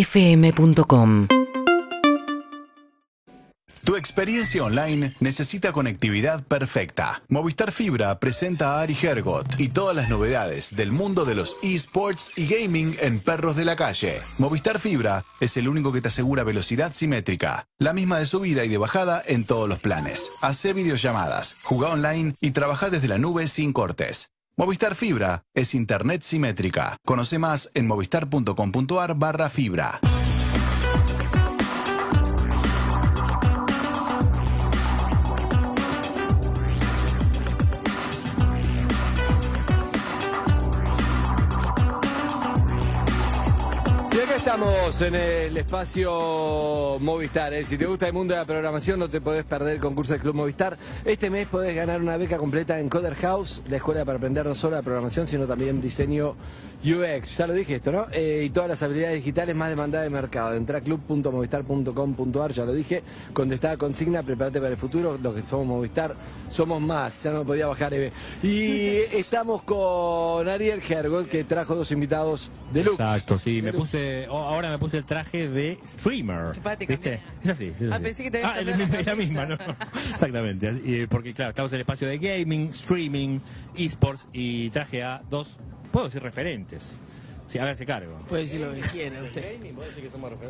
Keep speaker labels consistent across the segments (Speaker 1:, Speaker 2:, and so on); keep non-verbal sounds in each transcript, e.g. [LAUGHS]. Speaker 1: urbanaplayfm.com
Speaker 2: Tu experiencia online necesita conectividad perfecta. Movistar Fibra presenta a Ari Hergot y todas las novedades del mundo de los esports y gaming en perros de la calle. Movistar Fibra es el único que te asegura velocidad simétrica, la misma de subida y de bajada en todos los planes. Hace videollamadas, juega online y trabaja desde la nube sin cortes. Movistar Fibra es internet simétrica. Conoce más en movistar.com.ar barra fibra.
Speaker 3: Y acá estamos en el espacio Movistar. ¿eh? Si te gusta el mundo de la programación, no te podés perder el concurso del Club Movistar. Este mes podés ganar una beca completa en Coder House, la escuela para aprender no solo la programación, sino también diseño UX. Ya lo dije esto, ¿no? Eh, y todas las habilidades digitales más demandadas de mercado. Entrá a club.movistar.com.ar, ya lo dije. Contestá consigna, prepárate para el futuro. Los que somos Movistar, somos más. Ya no podía bajar. EB. Y estamos con Ariel Hergold, que trajo dos invitados de lujo.
Speaker 4: Exacto, sí, me puse, o- ahora me puse el traje de streamer.
Speaker 5: Chupate,
Speaker 4: ¿Viste?
Speaker 5: campeona.
Speaker 4: Es así. es
Speaker 5: Ah,
Speaker 4: así.
Speaker 5: pensé que te habías
Speaker 4: Ah, es
Speaker 5: cambiado
Speaker 4: la,
Speaker 5: la
Speaker 4: es la misma, ¿no? [LAUGHS] Exactamente. así, eh, porque, claro, estamos en el espacio de gaming, streaming, esports y traje a dos, puedo decir referentes. Sí, hágase cargo.
Speaker 6: Puede decir lo que quiera usted.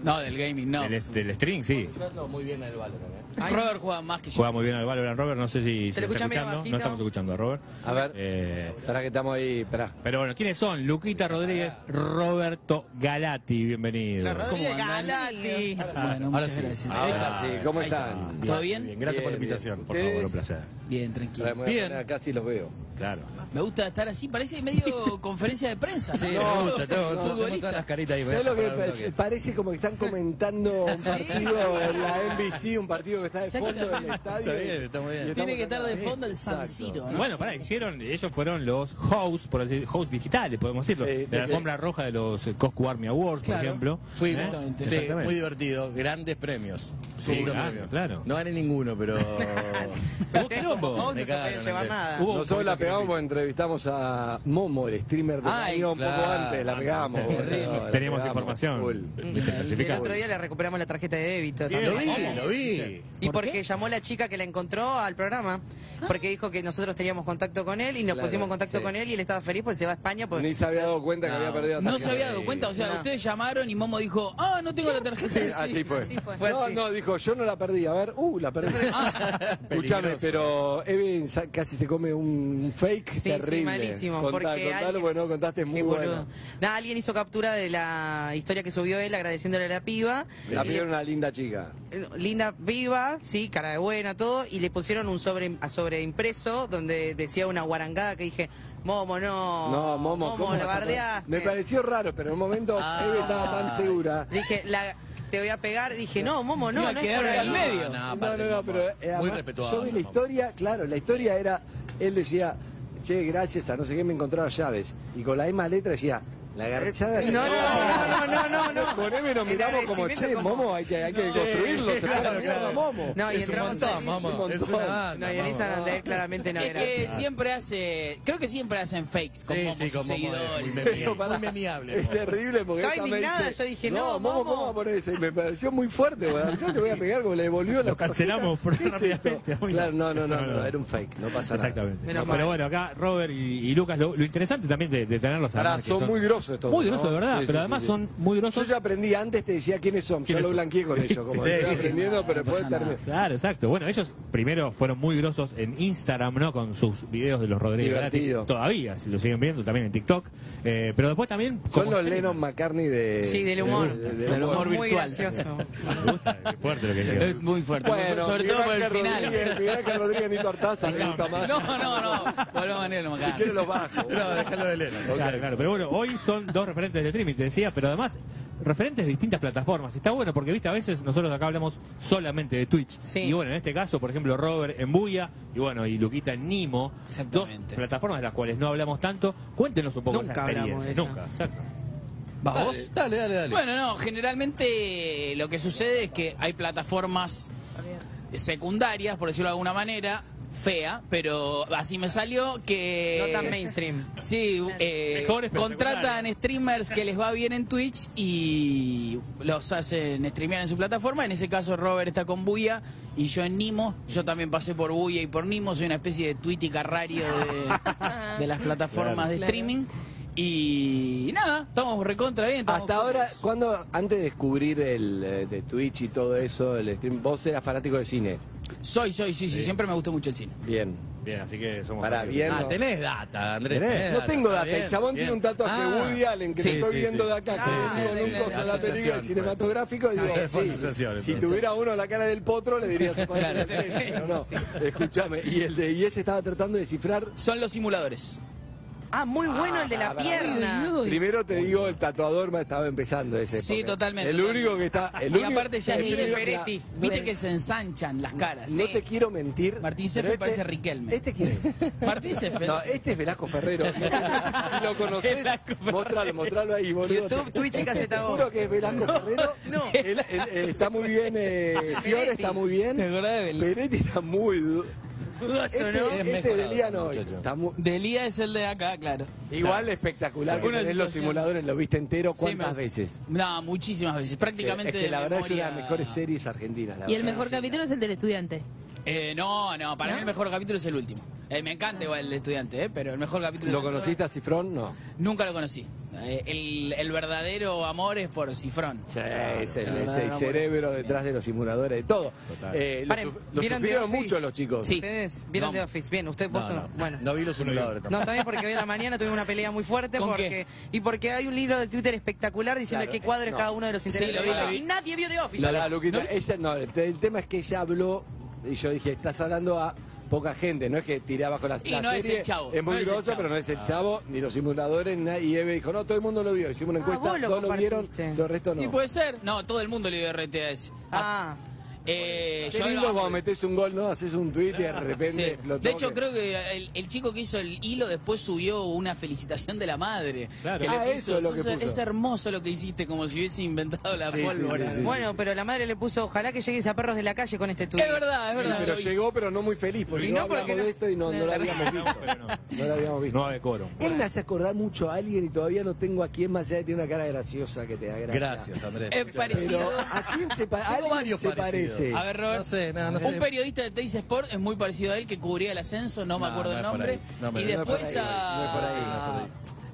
Speaker 6: No, del gaming, no.
Speaker 4: Del, est- del streaming, sí.
Speaker 6: Robert juega más que yo.
Speaker 4: Juega muy bien al Valorant Robert, no sé si se
Speaker 5: Se lo
Speaker 4: está
Speaker 5: escucha medio
Speaker 4: escuchando.
Speaker 5: bajito.
Speaker 4: No estamos escuchando a Robert.
Speaker 3: A ver.
Speaker 4: Eh,
Speaker 3: Espera que estamos ahí, espera.
Speaker 4: pero bueno, ¿quiénes son? Luquita Rodríguez, Roberto Galati, bienvenido.
Speaker 6: ¿Cómo andan?
Speaker 5: Galati.
Speaker 6: Bueno,
Speaker 4: Ahora
Speaker 6: muchas
Speaker 4: sí.
Speaker 6: gracias.
Speaker 4: Ahí
Speaker 3: Ahora
Speaker 4: está.
Speaker 3: sí, ¿cómo
Speaker 6: Ah, Ahí está.
Speaker 3: están?
Speaker 6: ¿Todo bien?
Speaker 4: Gracias por la
Speaker 3: Bien, bien.
Speaker 4: invitación, por favor, un
Speaker 3: ¿Ustedes?
Speaker 4: placer.
Speaker 6: Bien,
Speaker 3: A ver, me voy
Speaker 6: tranquilo.
Speaker 3: a poner acá si los veo.
Speaker 4: [LAUGHS] Claro.
Speaker 6: Me gusta estar así, parece medio conferencia de prensa. Sí,
Speaker 3: me gusta,
Speaker 4: tengo- tengo
Speaker 6: futbolista.
Speaker 4: caritas ahí.
Speaker 3: ¿Sabes lo que pa- parece como que están comentando [LAUGHS] un partido en la NBC, un partido que está de fondo del estadio?
Speaker 4: Está bien, está muy bien.
Speaker 3: Y estamos
Speaker 5: Tiene que
Speaker 3: acá.
Speaker 5: estar de fondo el San
Speaker 3: Exacto.
Speaker 5: Siro, ¿no?
Speaker 4: Bueno, pará, hicieron, ellos fueron los hosts, por decir, hosts digitales, podemos decirlo,
Speaker 3: Sí,
Speaker 4: de la
Speaker 3: sí.
Speaker 4: alfombra roja de los eh, Coscu Army Awards, por ejemplo.
Speaker 7: Fuimos,
Speaker 4: ¿Eh?
Speaker 7: Sí,
Speaker 4: Exactamente.
Speaker 7: muy divertido, grandes premios.
Speaker 4: Sí,
Speaker 7: Seguros
Speaker 4: ah,
Speaker 7: premios.
Speaker 4: claro.
Speaker 7: No gané ninguno,
Speaker 3: [LAUGHS]
Speaker 7: pero. Ah,
Speaker 4: Hubo quilombo.
Speaker 7: Me
Speaker 5: No se puede
Speaker 7: cagaron,
Speaker 5: llevar
Speaker 7: Andrés.
Speaker 5: nada.
Speaker 4: Hubo
Speaker 3: Nosotros la pegamos
Speaker 4: poquito quilombo.
Speaker 3: porque entrevistamos a Momo, el streamer de
Speaker 6: Ay,
Speaker 3: un poco
Speaker 7: claro.
Speaker 3: antes, la pegamos.
Speaker 4: Teníamos-
Speaker 3: boludo, la pegamos,
Speaker 4: Teníamos
Speaker 3: full.
Speaker 4: información. Viste,
Speaker 5: El
Speaker 4: clasificado.
Speaker 5: otro día le recuperamos la tarjeta de débito.
Speaker 4: Bien.
Speaker 7: Lo vi,
Speaker 5: también.
Speaker 7: lo vi.
Speaker 5: Y porque llamó la chica que la encontró al programa, porque dijo que nosotros teníamos contacto con él y nos
Speaker 3: Claro,
Speaker 5: pusimos en contacto
Speaker 3: sí.
Speaker 5: con él y él estaba feliz porque se va a España. pues, Porque...
Speaker 3: Ni se había dado cuenta que había perdido la
Speaker 6: No se
Speaker 3: tarjeta.
Speaker 6: había dado cuenta, o sea,
Speaker 5: No.
Speaker 6: ustedes llamaron y Momo dijo, ah, no tengo la tarjeta.
Speaker 3: Sí, Eh, así fue.
Speaker 5: Fue
Speaker 3: no,
Speaker 5: así. Ah,
Speaker 3: no, dijo, yo no la perdí. A ver, uh, la perdí. Escuchame,
Speaker 5: [LAUGHS]
Speaker 4: Peligroso.
Speaker 3: pero Eben sa- casi se come un fake
Speaker 5: Sí, sí,
Speaker 3: terrible.
Speaker 5: malísimo,
Speaker 3: Contá-
Speaker 5: porque
Speaker 3: contalo,
Speaker 5: alguien-
Speaker 3: porque no contaste
Speaker 5: Qué
Speaker 3: muy
Speaker 5: boludo.
Speaker 3: bueno.
Speaker 5: Nada, alguien hizo captura de la historia que subió él agradeciéndole a la piba.
Speaker 3: La
Speaker 5: Y le-
Speaker 3: piba era una linda chica.
Speaker 5: eh, linda viva, sí, cara de buena, todo, y le pusieron un sobre a sobreimpreso donde decía una guarangada que dije, Momo, no.
Speaker 3: No, Momo, ¿cómo
Speaker 5: Oh, la
Speaker 3: vas a-
Speaker 5: bardeaste.
Speaker 3: Me pareció raro, pero en un momento
Speaker 6: Ah.
Speaker 3: Eve estaba tan segura.
Speaker 5: Dije, la, te voy a pegar, dije, no, Momo, no,
Speaker 6: Iba a
Speaker 5: no es
Speaker 6: quedar
Speaker 5: por ahí.
Speaker 6: al medio.
Speaker 7: Ah, No,
Speaker 3: No, no,
Speaker 7: aparte,
Speaker 3: no,
Speaker 7: Momo,
Speaker 3: pero eh,
Speaker 7: Muy
Speaker 3: además, yo
Speaker 7: respetuoso.
Speaker 3: vi la historia, claro, la historia era, él decía, che, gracias a no sé qué me encontró las llaves. Y con la misma letra decía, la agarré llaves.
Speaker 5: Eh, No, no, no, no, no,
Speaker 3: [LAUGHS]
Speaker 5: no, no.
Speaker 3: Con Eve nos
Speaker 5: El
Speaker 3: miramos como, che,
Speaker 5: agradecimiento como-
Speaker 3: Momo, hay que, hay que construirlo,
Speaker 5: [LAUGHS]
Speaker 3: se fue a la mierda, Momo.
Speaker 5: No, y
Speaker 7: Es un
Speaker 5: entramos
Speaker 7: montón,
Speaker 5: ahí.
Speaker 7: Momo,
Speaker 3: un
Speaker 7: es
Speaker 3: montón.
Speaker 7: una banda,
Speaker 5: No, y Elisa
Speaker 7: Momo.
Speaker 5: Nandés claramente no
Speaker 6: Es
Speaker 5: era.
Speaker 6: que siempre hace, creo que siempre hacen fakes con
Speaker 7: Sí,
Speaker 6: Momo,
Speaker 7: sí,
Speaker 6: sus
Speaker 7: con Momo es muy
Speaker 6: seguidores.
Speaker 7: meme-
Speaker 3: Pero pará,
Speaker 7: muy
Speaker 3: [LAUGHS]
Speaker 7: memeable.
Speaker 3: Es
Speaker 7: Momo.
Speaker 3: terrible porque
Speaker 5: Estaba
Speaker 3: ella me
Speaker 5: indignada,
Speaker 3: dice,
Speaker 5: yo dije, no,
Speaker 3: Momo, ¿cómo
Speaker 5: Momo?
Speaker 3: va a poner eso? Y me pareció muy fuerte, weón. Yo te voy a pegar como le devolvió la
Speaker 4: Lo cancelamos
Speaker 3: tarjeta. [LAUGHS] ¿Qué es esto?
Speaker 4: rápidamente, obvio.
Speaker 3: Claro, no, no, no,
Speaker 4: No,
Speaker 3: no,
Speaker 4: no.
Speaker 3: era un fake, no pasa nada.
Speaker 4: Exactamente.
Speaker 5: Menos
Speaker 4: No, pero
Speaker 5: mal.
Speaker 4: bueno, acá Robert y, y Lucas, lo, lo interesante también de, de tenerlos a
Speaker 3: Pará,
Speaker 4: ambos, que
Speaker 3: son muy grosos estos
Speaker 4: Muy
Speaker 3: dos,
Speaker 4: grosos, de
Speaker 3: ¿no?
Speaker 4: verdad,
Speaker 3: Sí,
Speaker 4: pero
Speaker 3: sí,
Speaker 4: además
Speaker 3: sí, sí.
Speaker 4: son muy
Speaker 3: Yo
Speaker 4: grosos.
Speaker 3: ya aprendí antes, te decía quiénes son. Yo
Speaker 4: ¿Quiénes
Speaker 3: lo
Speaker 4: son?
Speaker 3: blanqueé con ellos, como
Speaker 4: [LAUGHS] Sí,
Speaker 3: estoy
Speaker 4: sí, sí.
Speaker 3: aprendiendo, pero
Speaker 6: No
Speaker 3: después
Speaker 6: pasa nada.
Speaker 3: terminé.
Speaker 4: Ah, Claro, exacto. Bueno, ellos primero fueron muy grosos en Instagram, ¿no? Con sus videos de los Rodríguez
Speaker 3: Divertido.
Speaker 4: Gratis. Todavía, si lo siguen viendo, también en TikTok. Eh, pero después también...
Speaker 3: Son
Speaker 4: como-
Speaker 3: los Lennon McCartney de...
Speaker 5: Sí, del humor.
Speaker 3: de- de-
Speaker 5: Del
Speaker 3: del
Speaker 6: humor
Speaker 3: humor.
Speaker 5: Muy
Speaker 6: virtual.
Speaker 5: gracioso.
Speaker 4: Me gusta, qué fuerte
Speaker 3: [LAUGHS]
Speaker 4: lo que dijeron.
Speaker 6: Es muy fuerte, sobre todo por el final.
Speaker 3: Miguel Ángel Rodríguez, Nito Artaza, me gusta más.
Speaker 6: [LAUGHS] No, no, no, volvamos a Nelo
Speaker 3: Si
Speaker 6: Macán.
Speaker 3: quiere los bajo.
Speaker 7: No, déjalo de Elena.
Speaker 4: Claro, claro. Pero bueno, hoy son dos referentes de streaming, te decía, pero además referentes de distintas plataformas. Está bueno porque, viste, a veces nosotros acá hablamos solamente de Twitch.
Speaker 5: Sí.
Speaker 4: Y bueno, en este caso, por ejemplo, Robert en Buya y bueno, y Luquita en Nimo. Dos
Speaker 6: Exactamente.
Speaker 4: plataformas de las cuales no hablamos tanto. Cuéntenos un poco
Speaker 5: Nunca
Speaker 4: esa
Speaker 5: hablamos
Speaker 4: experiencia.
Speaker 5: de eso.
Speaker 4: Nunca, exacto.
Speaker 6: ¿Vas vos?
Speaker 7: Dale, Dale, dale, dale.
Speaker 6: Bueno, no, generalmente lo que sucede es que hay plataformas secundarias, por decirlo de alguna manera, fea, pero así me salió que...
Speaker 5: No tan mainstream.
Speaker 6: Sí, eh,
Speaker 4: Mejores, pero
Speaker 6: contratan
Speaker 4: secundarias.
Speaker 6: streamers que les va bien en Twitch y los hacen streamear en su plataforma. En ese caso, Robert está con Buya y yo en Nimo. Yo también pasé por Buya y por Nimo. Soy una especie de Twitty carrario
Speaker 5: [LAUGHS]
Speaker 6: de, de las plataformas
Speaker 4: Claro.
Speaker 6: de streaming. Y nada, estamos recontra bien. estamos
Speaker 3: Hasta
Speaker 6: juntos.
Speaker 3: ahora, cuando antes de descubrir el eh, de Twitch y todo eso, el stream, vos eras fanático de cine.
Speaker 6: Soy, soy, sí, sí,
Speaker 4: Sí.
Speaker 6: Siempre me gustó mucho el cine.
Speaker 3: Bien.
Speaker 4: Bien, así que somos.
Speaker 3: Pará,
Speaker 4: amigos.
Speaker 3: bien.
Speaker 7: Ah,
Speaker 3: no.
Speaker 7: tenés data, Andrés.
Speaker 4: Tenés.
Speaker 7: tenés
Speaker 3: No tengo data,
Speaker 7: bien,
Speaker 3: el chabón
Speaker 7: bien.
Speaker 3: tiene un tatuaje
Speaker 7: Ah,
Speaker 3: Woody Allen que
Speaker 6: sí,
Speaker 3: lo estoy
Speaker 4: sí,
Speaker 3: viendo
Speaker 4: sí.
Speaker 3: de acá,
Speaker 5: Ah,
Speaker 3: que
Speaker 5: sí,
Speaker 3: con
Speaker 5: sí,
Speaker 3: un
Speaker 5: sí,
Speaker 3: coso de la
Speaker 7: asociación,
Speaker 3: película
Speaker 7: pues.
Speaker 3: cinematográfico y digo,
Speaker 7: Ah, fue
Speaker 3: sí,
Speaker 7: asociación,
Speaker 3: si
Speaker 7: entonces.
Speaker 3: tuviera uno la cara del potro le
Speaker 6: [LAUGHS]
Speaker 3: diría se parece a la película", pero no, escúchame, y el de IS estaba tratando de descifrar
Speaker 6: Son los simuladores.
Speaker 5: Ah, muy bueno el de la
Speaker 3: Ah, pará,
Speaker 5: pierna.
Speaker 3: Primero te digo, el tatuador me estaba empezando ese.
Speaker 6: Sí,
Speaker 3: porque
Speaker 6: totalmente,
Speaker 3: El
Speaker 6: totalmente.
Speaker 3: único que está. El
Speaker 6: y
Speaker 3: único-
Speaker 6: aparte ya
Speaker 3: el
Speaker 6: es
Speaker 3: único que-
Speaker 5: Peretti.
Speaker 6: Viste que se ensanchan las caras.
Speaker 3: No
Speaker 6: Sí.
Speaker 3: te quiero mentir.
Speaker 6: Martín
Speaker 3: pero
Speaker 6: Sefe parece Riquelme.
Speaker 3: ¿Este quién es?
Speaker 6: Martín Sefe.
Speaker 3: No, este es Velasco Ferrero. Si lo conocés,
Speaker 6: Velasco Ferrero.
Speaker 3: mostralo, mostralo ahí, boludo.
Speaker 5: YouTube, Twitch y
Speaker 3: Te
Speaker 5: Caseta Voz.
Speaker 3: juro que es Velasco Ferrero.
Speaker 5: no.
Speaker 3: [LAUGHS] Él- él- él está muy bien, eh, Fiore está muy bien.
Speaker 6: ¿Te acordás de Bel-
Speaker 3: Peretti está muy... du- Este,
Speaker 6: no?
Speaker 7: Es
Speaker 3: este
Speaker 7: mejorado,
Speaker 3: Beliano hoy
Speaker 7: muchacho.
Speaker 3: está muy...
Speaker 6: Delía es el de acá, claro.
Speaker 3: Igual espectacular. que
Speaker 6: Alguna
Speaker 3: tenés los
Speaker 6: situación.
Speaker 3: simuladores lo viste entero
Speaker 6: Sí,
Speaker 3: cuántas
Speaker 6: me-
Speaker 3: veces.
Speaker 6: No, muchísimas veces. Prácticamente.
Speaker 3: es que la
Speaker 6: de
Speaker 3: verdad es
Speaker 6: memoria-
Speaker 3: una de las mejores series argentinas. la
Speaker 1: Y el
Speaker 3: verdad.
Speaker 1: mejor capítulo es el del estudiante.
Speaker 6: Eh, no, no, para mí el mejor capítulo es el último. Eh, me encanta igual el de estudiante, eh, pero el mejor capítulo.
Speaker 3: Ah. ¿Lo
Speaker 6: es el-
Speaker 3: conociste a Cifrón? No.
Speaker 6: Nunca lo conocí. Eh, el, el verdadero amor es por Cifrón.
Speaker 3: Sí, es el,
Speaker 6: No,
Speaker 3: es
Speaker 6: no,
Speaker 3: el
Speaker 6: no,
Speaker 3: cerebro detrás de los simuladores, de todo. Eh, lo
Speaker 5: Paren,
Speaker 3: su- lo
Speaker 5: ¿vieron
Speaker 3: sufrieron
Speaker 5: The Office?
Speaker 3: mucho los chicos.
Speaker 6: Sí.
Speaker 5: Ustedes vieron
Speaker 6: No.
Speaker 5: The Office. Bien, usted, vos,
Speaker 7: No, no,
Speaker 5: bueno.
Speaker 7: no vi los simuladores
Speaker 5: No,
Speaker 7: tampoco.
Speaker 5: también porque hoy a la mañana tuvimos una pelea muy fuerte.
Speaker 6: ¿Con
Speaker 5: porque,
Speaker 6: qué?
Speaker 5: Y porque hay un libro de Twitter espectacular diciendo
Speaker 3: Claro,
Speaker 5: que cuadro es
Speaker 3: no.
Speaker 5: cada uno de los intereses.
Speaker 6: lo vi, lo vi.
Speaker 5: Y nadie vio The Office.
Speaker 3: No, no, Luquita, ella no, el, el tema es que ella habló y yo dije, estás hablando a poca gente, no es que tiré abajo las
Speaker 6: Y
Speaker 3: la
Speaker 6: no es el
Speaker 3: serie
Speaker 6: Chavo,
Speaker 3: Es muy
Speaker 6: no es el
Speaker 3: grosa,
Speaker 6: Chavo.
Speaker 3: pero no es el chavo, ni los simuladores, na- y Eve dijo, no, todo el mundo lo vio, hicimos una
Speaker 5: Ah,
Speaker 3: encuesta,
Speaker 5: vos lo
Speaker 3: todos lo vieron,
Speaker 5: compartiste.
Speaker 3: los restos no.
Speaker 6: Y puede ser. No, todo el mundo le dio RTS.
Speaker 5: Ah,
Speaker 6: Eh,
Speaker 3: Qué
Speaker 6: yo
Speaker 3: lindo
Speaker 6: lo amo.
Speaker 3: cuando metés un gol, ¿no? Haces un tweet y de
Speaker 6: Sí.
Speaker 3: repente explotó
Speaker 6: De hecho,
Speaker 3: que-
Speaker 6: creo que el, el chico que hizo el hilo después subió una felicitación de la madre.
Speaker 4: Claro.
Speaker 6: Que le
Speaker 3: Ah, eso es lo que
Speaker 6: "Sos-
Speaker 3: puso".
Speaker 6: Es hermoso lo que hiciste, como si hubiese inventado la
Speaker 3: Sí, sí,
Speaker 6: pólvora.
Speaker 3: sí, sí.
Speaker 5: bueno, pero la madre le puso, ojalá que llegues a perros de la calle con este tweet.
Speaker 6: Es verdad, es
Speaker 3: Sí,
Speaker 6: verdad.
Speaker 3: pero
Speaker 6: lo vi.
Speaker 3: llegó, pero no muy feliz, porque
Speaker 6: Y
Speaker 3: no,
Speaker 6: no, porque
Speaker 3: hablamos
Speaker 6: no-
Speaker 3: de esto y no, no lo
Speaker 6: [LAUGHS]
Speaker 3: habíamos
Speaker 4: No,
Speaker 3: visto.
Speaker 4: pero no.
Speaker 3: No lo habíamos visto.
Speaker 4: No de coro.
Speaker 3: Él me hace acordar mucho a alguien y todavía no tengo a quién más allá de tiene una cara graciosa que te da gracia.
Speaker 7: Gracias, Andrés.
Speaker 6: Es
Speaker 7: Muchas
Speaker 6: parecido.
Speaker 3: [LAUGHS] Pero ¿a quién se, pa- a
Speaker 7: Tengo
Speaker 3: alguien
Speaker 7: varios
Speaker 3: se
Speaker 7: parecidos.
Speaker 3: parece?
Speaker 6: A ver, Robert.
Speaker 7: No sé, no, no sé.
Speaker 6: Un periodista de Teis Sport es muy parecido a él que cubría el ascenso, no, me
Speaker 7: No,
Speaker 6: acuerdo
Speaker 7: no
Speaker 6: el
Speaker 7: es por
Speaker 6: nombre.
Speaker 7: ahí. No,
Speaker 6: y
Speaker 7: pero
Speaker 3: no es por
Speaker 6: después
Speaker 3: ahí,
Speaker 6: a.
Speaker 3: no es por ahí, no es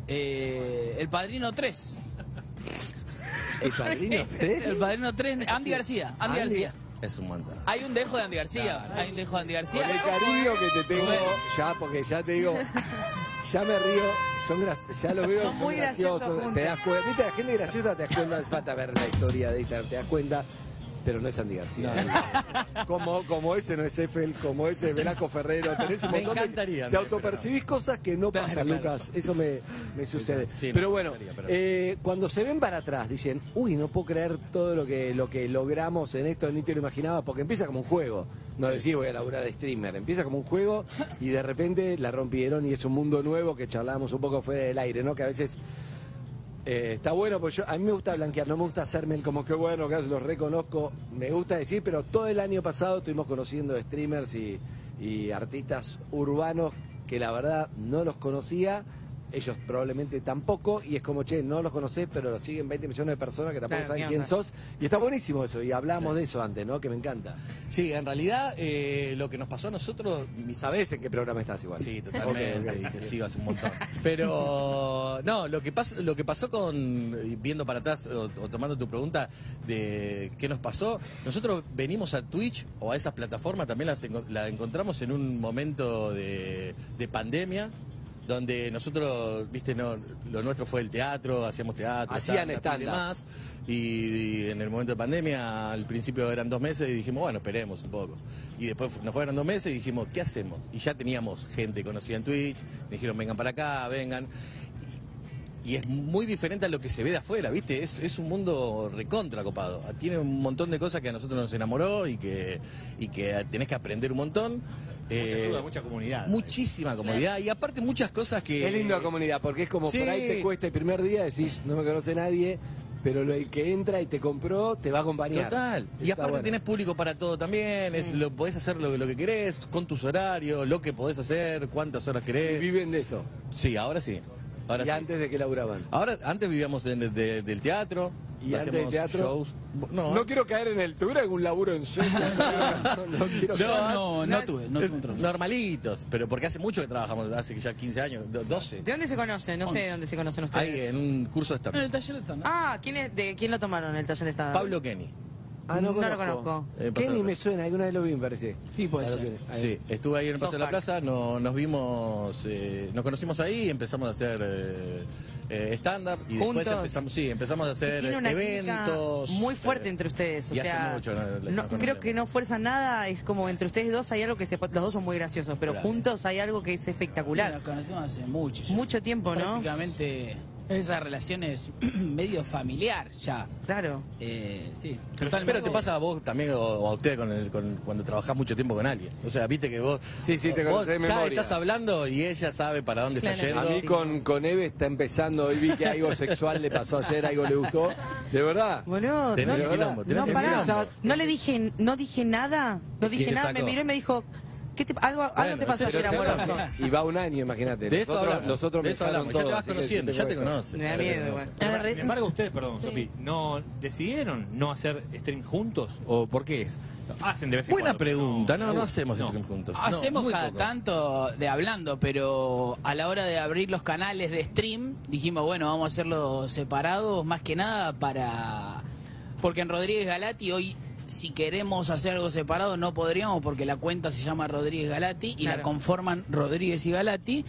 Speaker 6: eh, el
Speaker 3: [LAUGHS]
Speaker 6: padrino 3.
Speaker 3: ¿El [LAUGHS] padrino tres?
Speaker 6: El padrino 3, Andy García. Andy,
Speaker 3: Andy.
Speaker 6: García.
Speaker 7: Es un montón.
Speaker 6: Hay un dejo de Andy García. Hay un dejo de Andy
Speaker 3: Con
Speaker 6: García.
Speaker 3: el cariño que te tengo
Speaker 6: Bueno.
Speaker 3: ya, porque ya te digo, ya me río, son gra- ya lo veo,
Speaker 5: Son muy graciosos juntos.
Speaker 3: te das cuenta, viste, la gente graciosa te das cuenta, hace falta ver la historia de Instagram, te das cuenta, pero no es Andy García. [LAUGHS] Como, como ese no es Eiffel, como ese es Velasco Ferrero, tenés un
Speaker 7: Me
Speaker 3: montón de-
Speaker 7: encantaría,
Speaker 3: te
Speaker 7: Andrés,
Speaker 3: autopercibís cosas que no
Speaker 6: Claro,
Speaker 3: pasan,
Speaker 6: claro.
Speaker 3: Lucas, eso me, me sucede.
Speaker 7: sí, me
Speaker 3: pero bueno,
Speaker 7: encantaría, pero-
Speaker 3: eh, cuando se ven para atrás, dicen, uy, no puedo creer todo lo que, lo que logramos en esto, ni te lo imaginaba, porque empieza como un juego. No decís voy a laburar de streamer, empieza como un juego y de repente la rompieron y es un mundo nuevo que charlábamos un poco fuera del aire, ¿no? Que a veces eh, está bueno, pues yo, a mí me gusta blanquear, no me gusta hacerme el como que bueno, que los reconozco, me gusta decir, pero todo el año pasado estuvimos conociendo streamers y, y artistas urbanos que la verdad no los conocía, ellos probablemente tampoco, y es como, che, no los conocés, pero los siguen 20 millones de personas que tampoco
Speaker 5: Claro,
Speaker 3: saben
Speaker 5: ¿qué
Speaker 3: quién
Speaker 5: onda?
Speaker 3: sos, y está buenísimo eso, y hablamos de eso antes, ¿no? Que me encanta.
Speaker 7: Sí, en realidad eh, lo que nos pasó a nosotros,
Speaker 3: Y sabés en qué programa estás igual.
Speaker 7: Sí, totalmente.
Speaker 3: Ok, ok.
Speaker 7: y te sigo hace un
Speaker 3: [LAUGHS]
Speaker 7: montón. Pero no, lo que pasó, lo que pasó con viendo para atrás o, o tomando tu pregunta de qué nos pasó, nosotros venimos a Twitch o a esas plataformas también las enco- la encontramos en un momento de, de pandemia donde nosotros, viste, no, lo nuestro fue el teatro, hacíamos teatro,
Speaker 3: Hacían
Speaker 7: stand-up y
Speaker 3: stand-up.
Speaker 7: demás más. Y, y en el momento de pandemia, al principio eran dos meses y dijimos, bueno, esperemos un poco. Y después nos fueron dos meses y dijimos, ¿qué hacemos? Y ya teníamos gente conocida en Twitch, me dijeron, vengan para acá, vengan. Y es muy diferente a lo que se ve de afuera, ¿viste? Es, es un mundo recontra copado. Tiene un montón de cosas que a nosotros nos enamoró y que, y que tenés que aprender un montón. Eh,
Speaker 4: Ayuda a mucha comunidad.
Speaker 7: muchísima comodidad y aparte muchas cosas que...
Speaker 3: Qué linda comunidad, porque es como
Speaker 7: Sí.
Speaker 3: por ahí te cuesta el primer día, decís, no me conoce nadie, pero lo- el que entra y te compró te va a acompañar.
Speaker 7: Total. Y
Speaker 3: Está
Speaker 7: aparte
Speaker 3: bueno.
Speaker 7: tenés público para todo también, es, lo, podés hacer lo, lo que querés, con tus horarios, lo que podés hacer, cuántas horas
Speaker 3: Y
Speaker 7: querés.
Speaker 3: Viven de eso.
Speaker 7: Sí, ahora sí. Ahora
Speaker 3: y
Speaker 7: sí.
Speaker 3: antes de que laburaban.
Speaker 7: Ahora, antes vivíamos en- de- del teatro.
Speaker 3: Y antes del
Speaker 7: hacíamos
Speaker 3: teatro.
Speaker 7: shows.
Speaker 3: No,
Speaker 7: No,
Speaker 3: quiero caer en el. ¿Tuviera algún laburo en
Speaker 7: [LAUGHS]
Speaker 3: serio? No, no quiero
Speaker 6: Yo
Speaker 3: caer.
Speaker 6: no, no tuve, no
Speaker 7: eh,
Speaker 6: tuve un trabajo.
Speaker 7: normalitos, pero porque hace mucho que trabajamos, hace ya 15 años, do- 12.
Speaker 5: ¿De dónde se conocen? No sé de dónde se conocen ustedes.
Speaker 7: Ahí en un curso de
Speaker 6: No, en
Speaker 7: stand
Speaker 6: el taller está, ¿no?
Speaker 5: Ah, ¿quién es, ¿de quién lo tomaron el taller de Estado?
Speaker 7: Pablo Kenny.
Speaker 3: Ah, no,
Speaker 5: No lo conozco.
Speaker 7: Eh, pasó
Speaker 3: Kenny
Speaker 7: otra.
Speaker 3: me suena, alguna vez lo vi, me parece.
Speaker 6: Sí, puede ser.
Speaker 3: que- ahí.
Speaker 7: Sí, estuve ahí en el Paseo de la
Speaker 5: Park.
Speaker 7: Plaza, no- nos vimos, eh, nos conocimos ahí, empezamos a hacer eh, eh, stand-up y después
Speaker 5: Juntos.
Speaker 7: empezamos, sí, empezamos a hacer
Speaker 5: Tiene una química
Speaker 7: eventos.
Speaker 5: muy fuerte
Speaker 7: eh,
Speaker 5: entre ustedes. O
Speaker 7: y hace
Speaker 5: sea,
Speaker 7: mucho, no, no,
Speaker 5: no-
Speaker 7: no
Speaker 5: creo
Speaker 7: conocemos.
Speaker 5: que no fuerzan nada. Es como entre ustedes dos hay algo que se. Los dos son muy graciosos, pero
Speaker 7: Claro.
Speaker 5: juntos hay algo que es espectacular.
Speaker 6: Nos conocemos hace mucho. ya.
Speaker 5: Mucho tiempo, ¿no?
Speaker 6: Prácticamente esa relación es [CLEARS THROAT] medio familiar ya.
Speaker 5: Claro.
Speaker 6: Eh, sí,
Speaker 7: Pero,
Speaker 6: totalmente.
Speaker 7: te pasa a vos también o, o a usted con el- con- cuando trabajás mucho tiempo con alguien. O sea, viste que vos,
Speaker 3: Sí, sí, te
Speaker 7: vos
Speaker 3: conocés de
Speaker 7: ya
Speaker 3: memoria.
Speaker 7: estás hablando y ella sabe para dónde está
Speaker 5: Claro.
Speaker 3: A
Speaker 7: yendo.
Speaker 3: mí con, con Eve está empezando, hoy vi que algo sexual le pasó ayer, algo le gustó. De verdad.
Speaker 5: Boludo,
Speaker 7: Tenés
Speaker 5: no,
Speaker 7: quilombo, tenés
Speaker 5: no, pará.
Speaker 7: quilombo.
Speaker 5: No le dije, no dije nada. No
Speaker 7: Y
Speaker 5: dije
Speaker 7: te
Speaker 5: nada. Me
Speaker 7: sacó.
Speaker 5: miró y me dijo, ¿qué te, algo, algo
Speaker 7: Bueno,
Speaker 5: te pasó
Speaker 7: pero
Speaker 5: ayer,
Speaker 7: te
Speaker 5: amoroso.
Speaker 7: hablamos.
Speaker 3: Y va un año, imagínate.
Speaker 7: de esto
Speaker 3: nosotros,
Speaker 7: hablamos,
Speaker 3: nosotros
Speaker 7: de esto
Speaker 3: empezaron
Speaker 7: hablamos. Ya te
Speaker 3: todos,
Speaker 7: vas
Speaker 3: así que
Speaker 7: conociendo,
Speaker 3: sí
Speaker 7: ya te
Speaker 3: cuento.
Speaker 7: conoces.
Speaker 5: Me da miedo, igual.
Speaker 4: Sin embargo, ustedes, perdón, Sopi, ¿no decidieron no hacer stream juntos? ¿O por qué es? Hacen de vez en
Speaker 7: Buena
Speaker 4: cuando, pero
Speaker 7: pregunta, no, no,
Speaker 4: no.
Speaker 7: hacemos
Speaker 4: No.
Speaker 7: stream juntos. No,
Speaker 6: Hacemos
Speaker 7: muy
Speaker 6: cada
Speaker 7: poco.
Speaker 6: tanto de hablando, pero a la hora de abrir los canales de stream, dijimos, bueno, vamos a hacerlo separados, más que nada para... Porque en Rodríguez Galati hoy, si queremos hacer algo separado, no podríamos porque la cuenta se llama Rodríguez Galati y
Speaker 5: Claro.
Speaker 6: la conforman Rodríguez y Galati.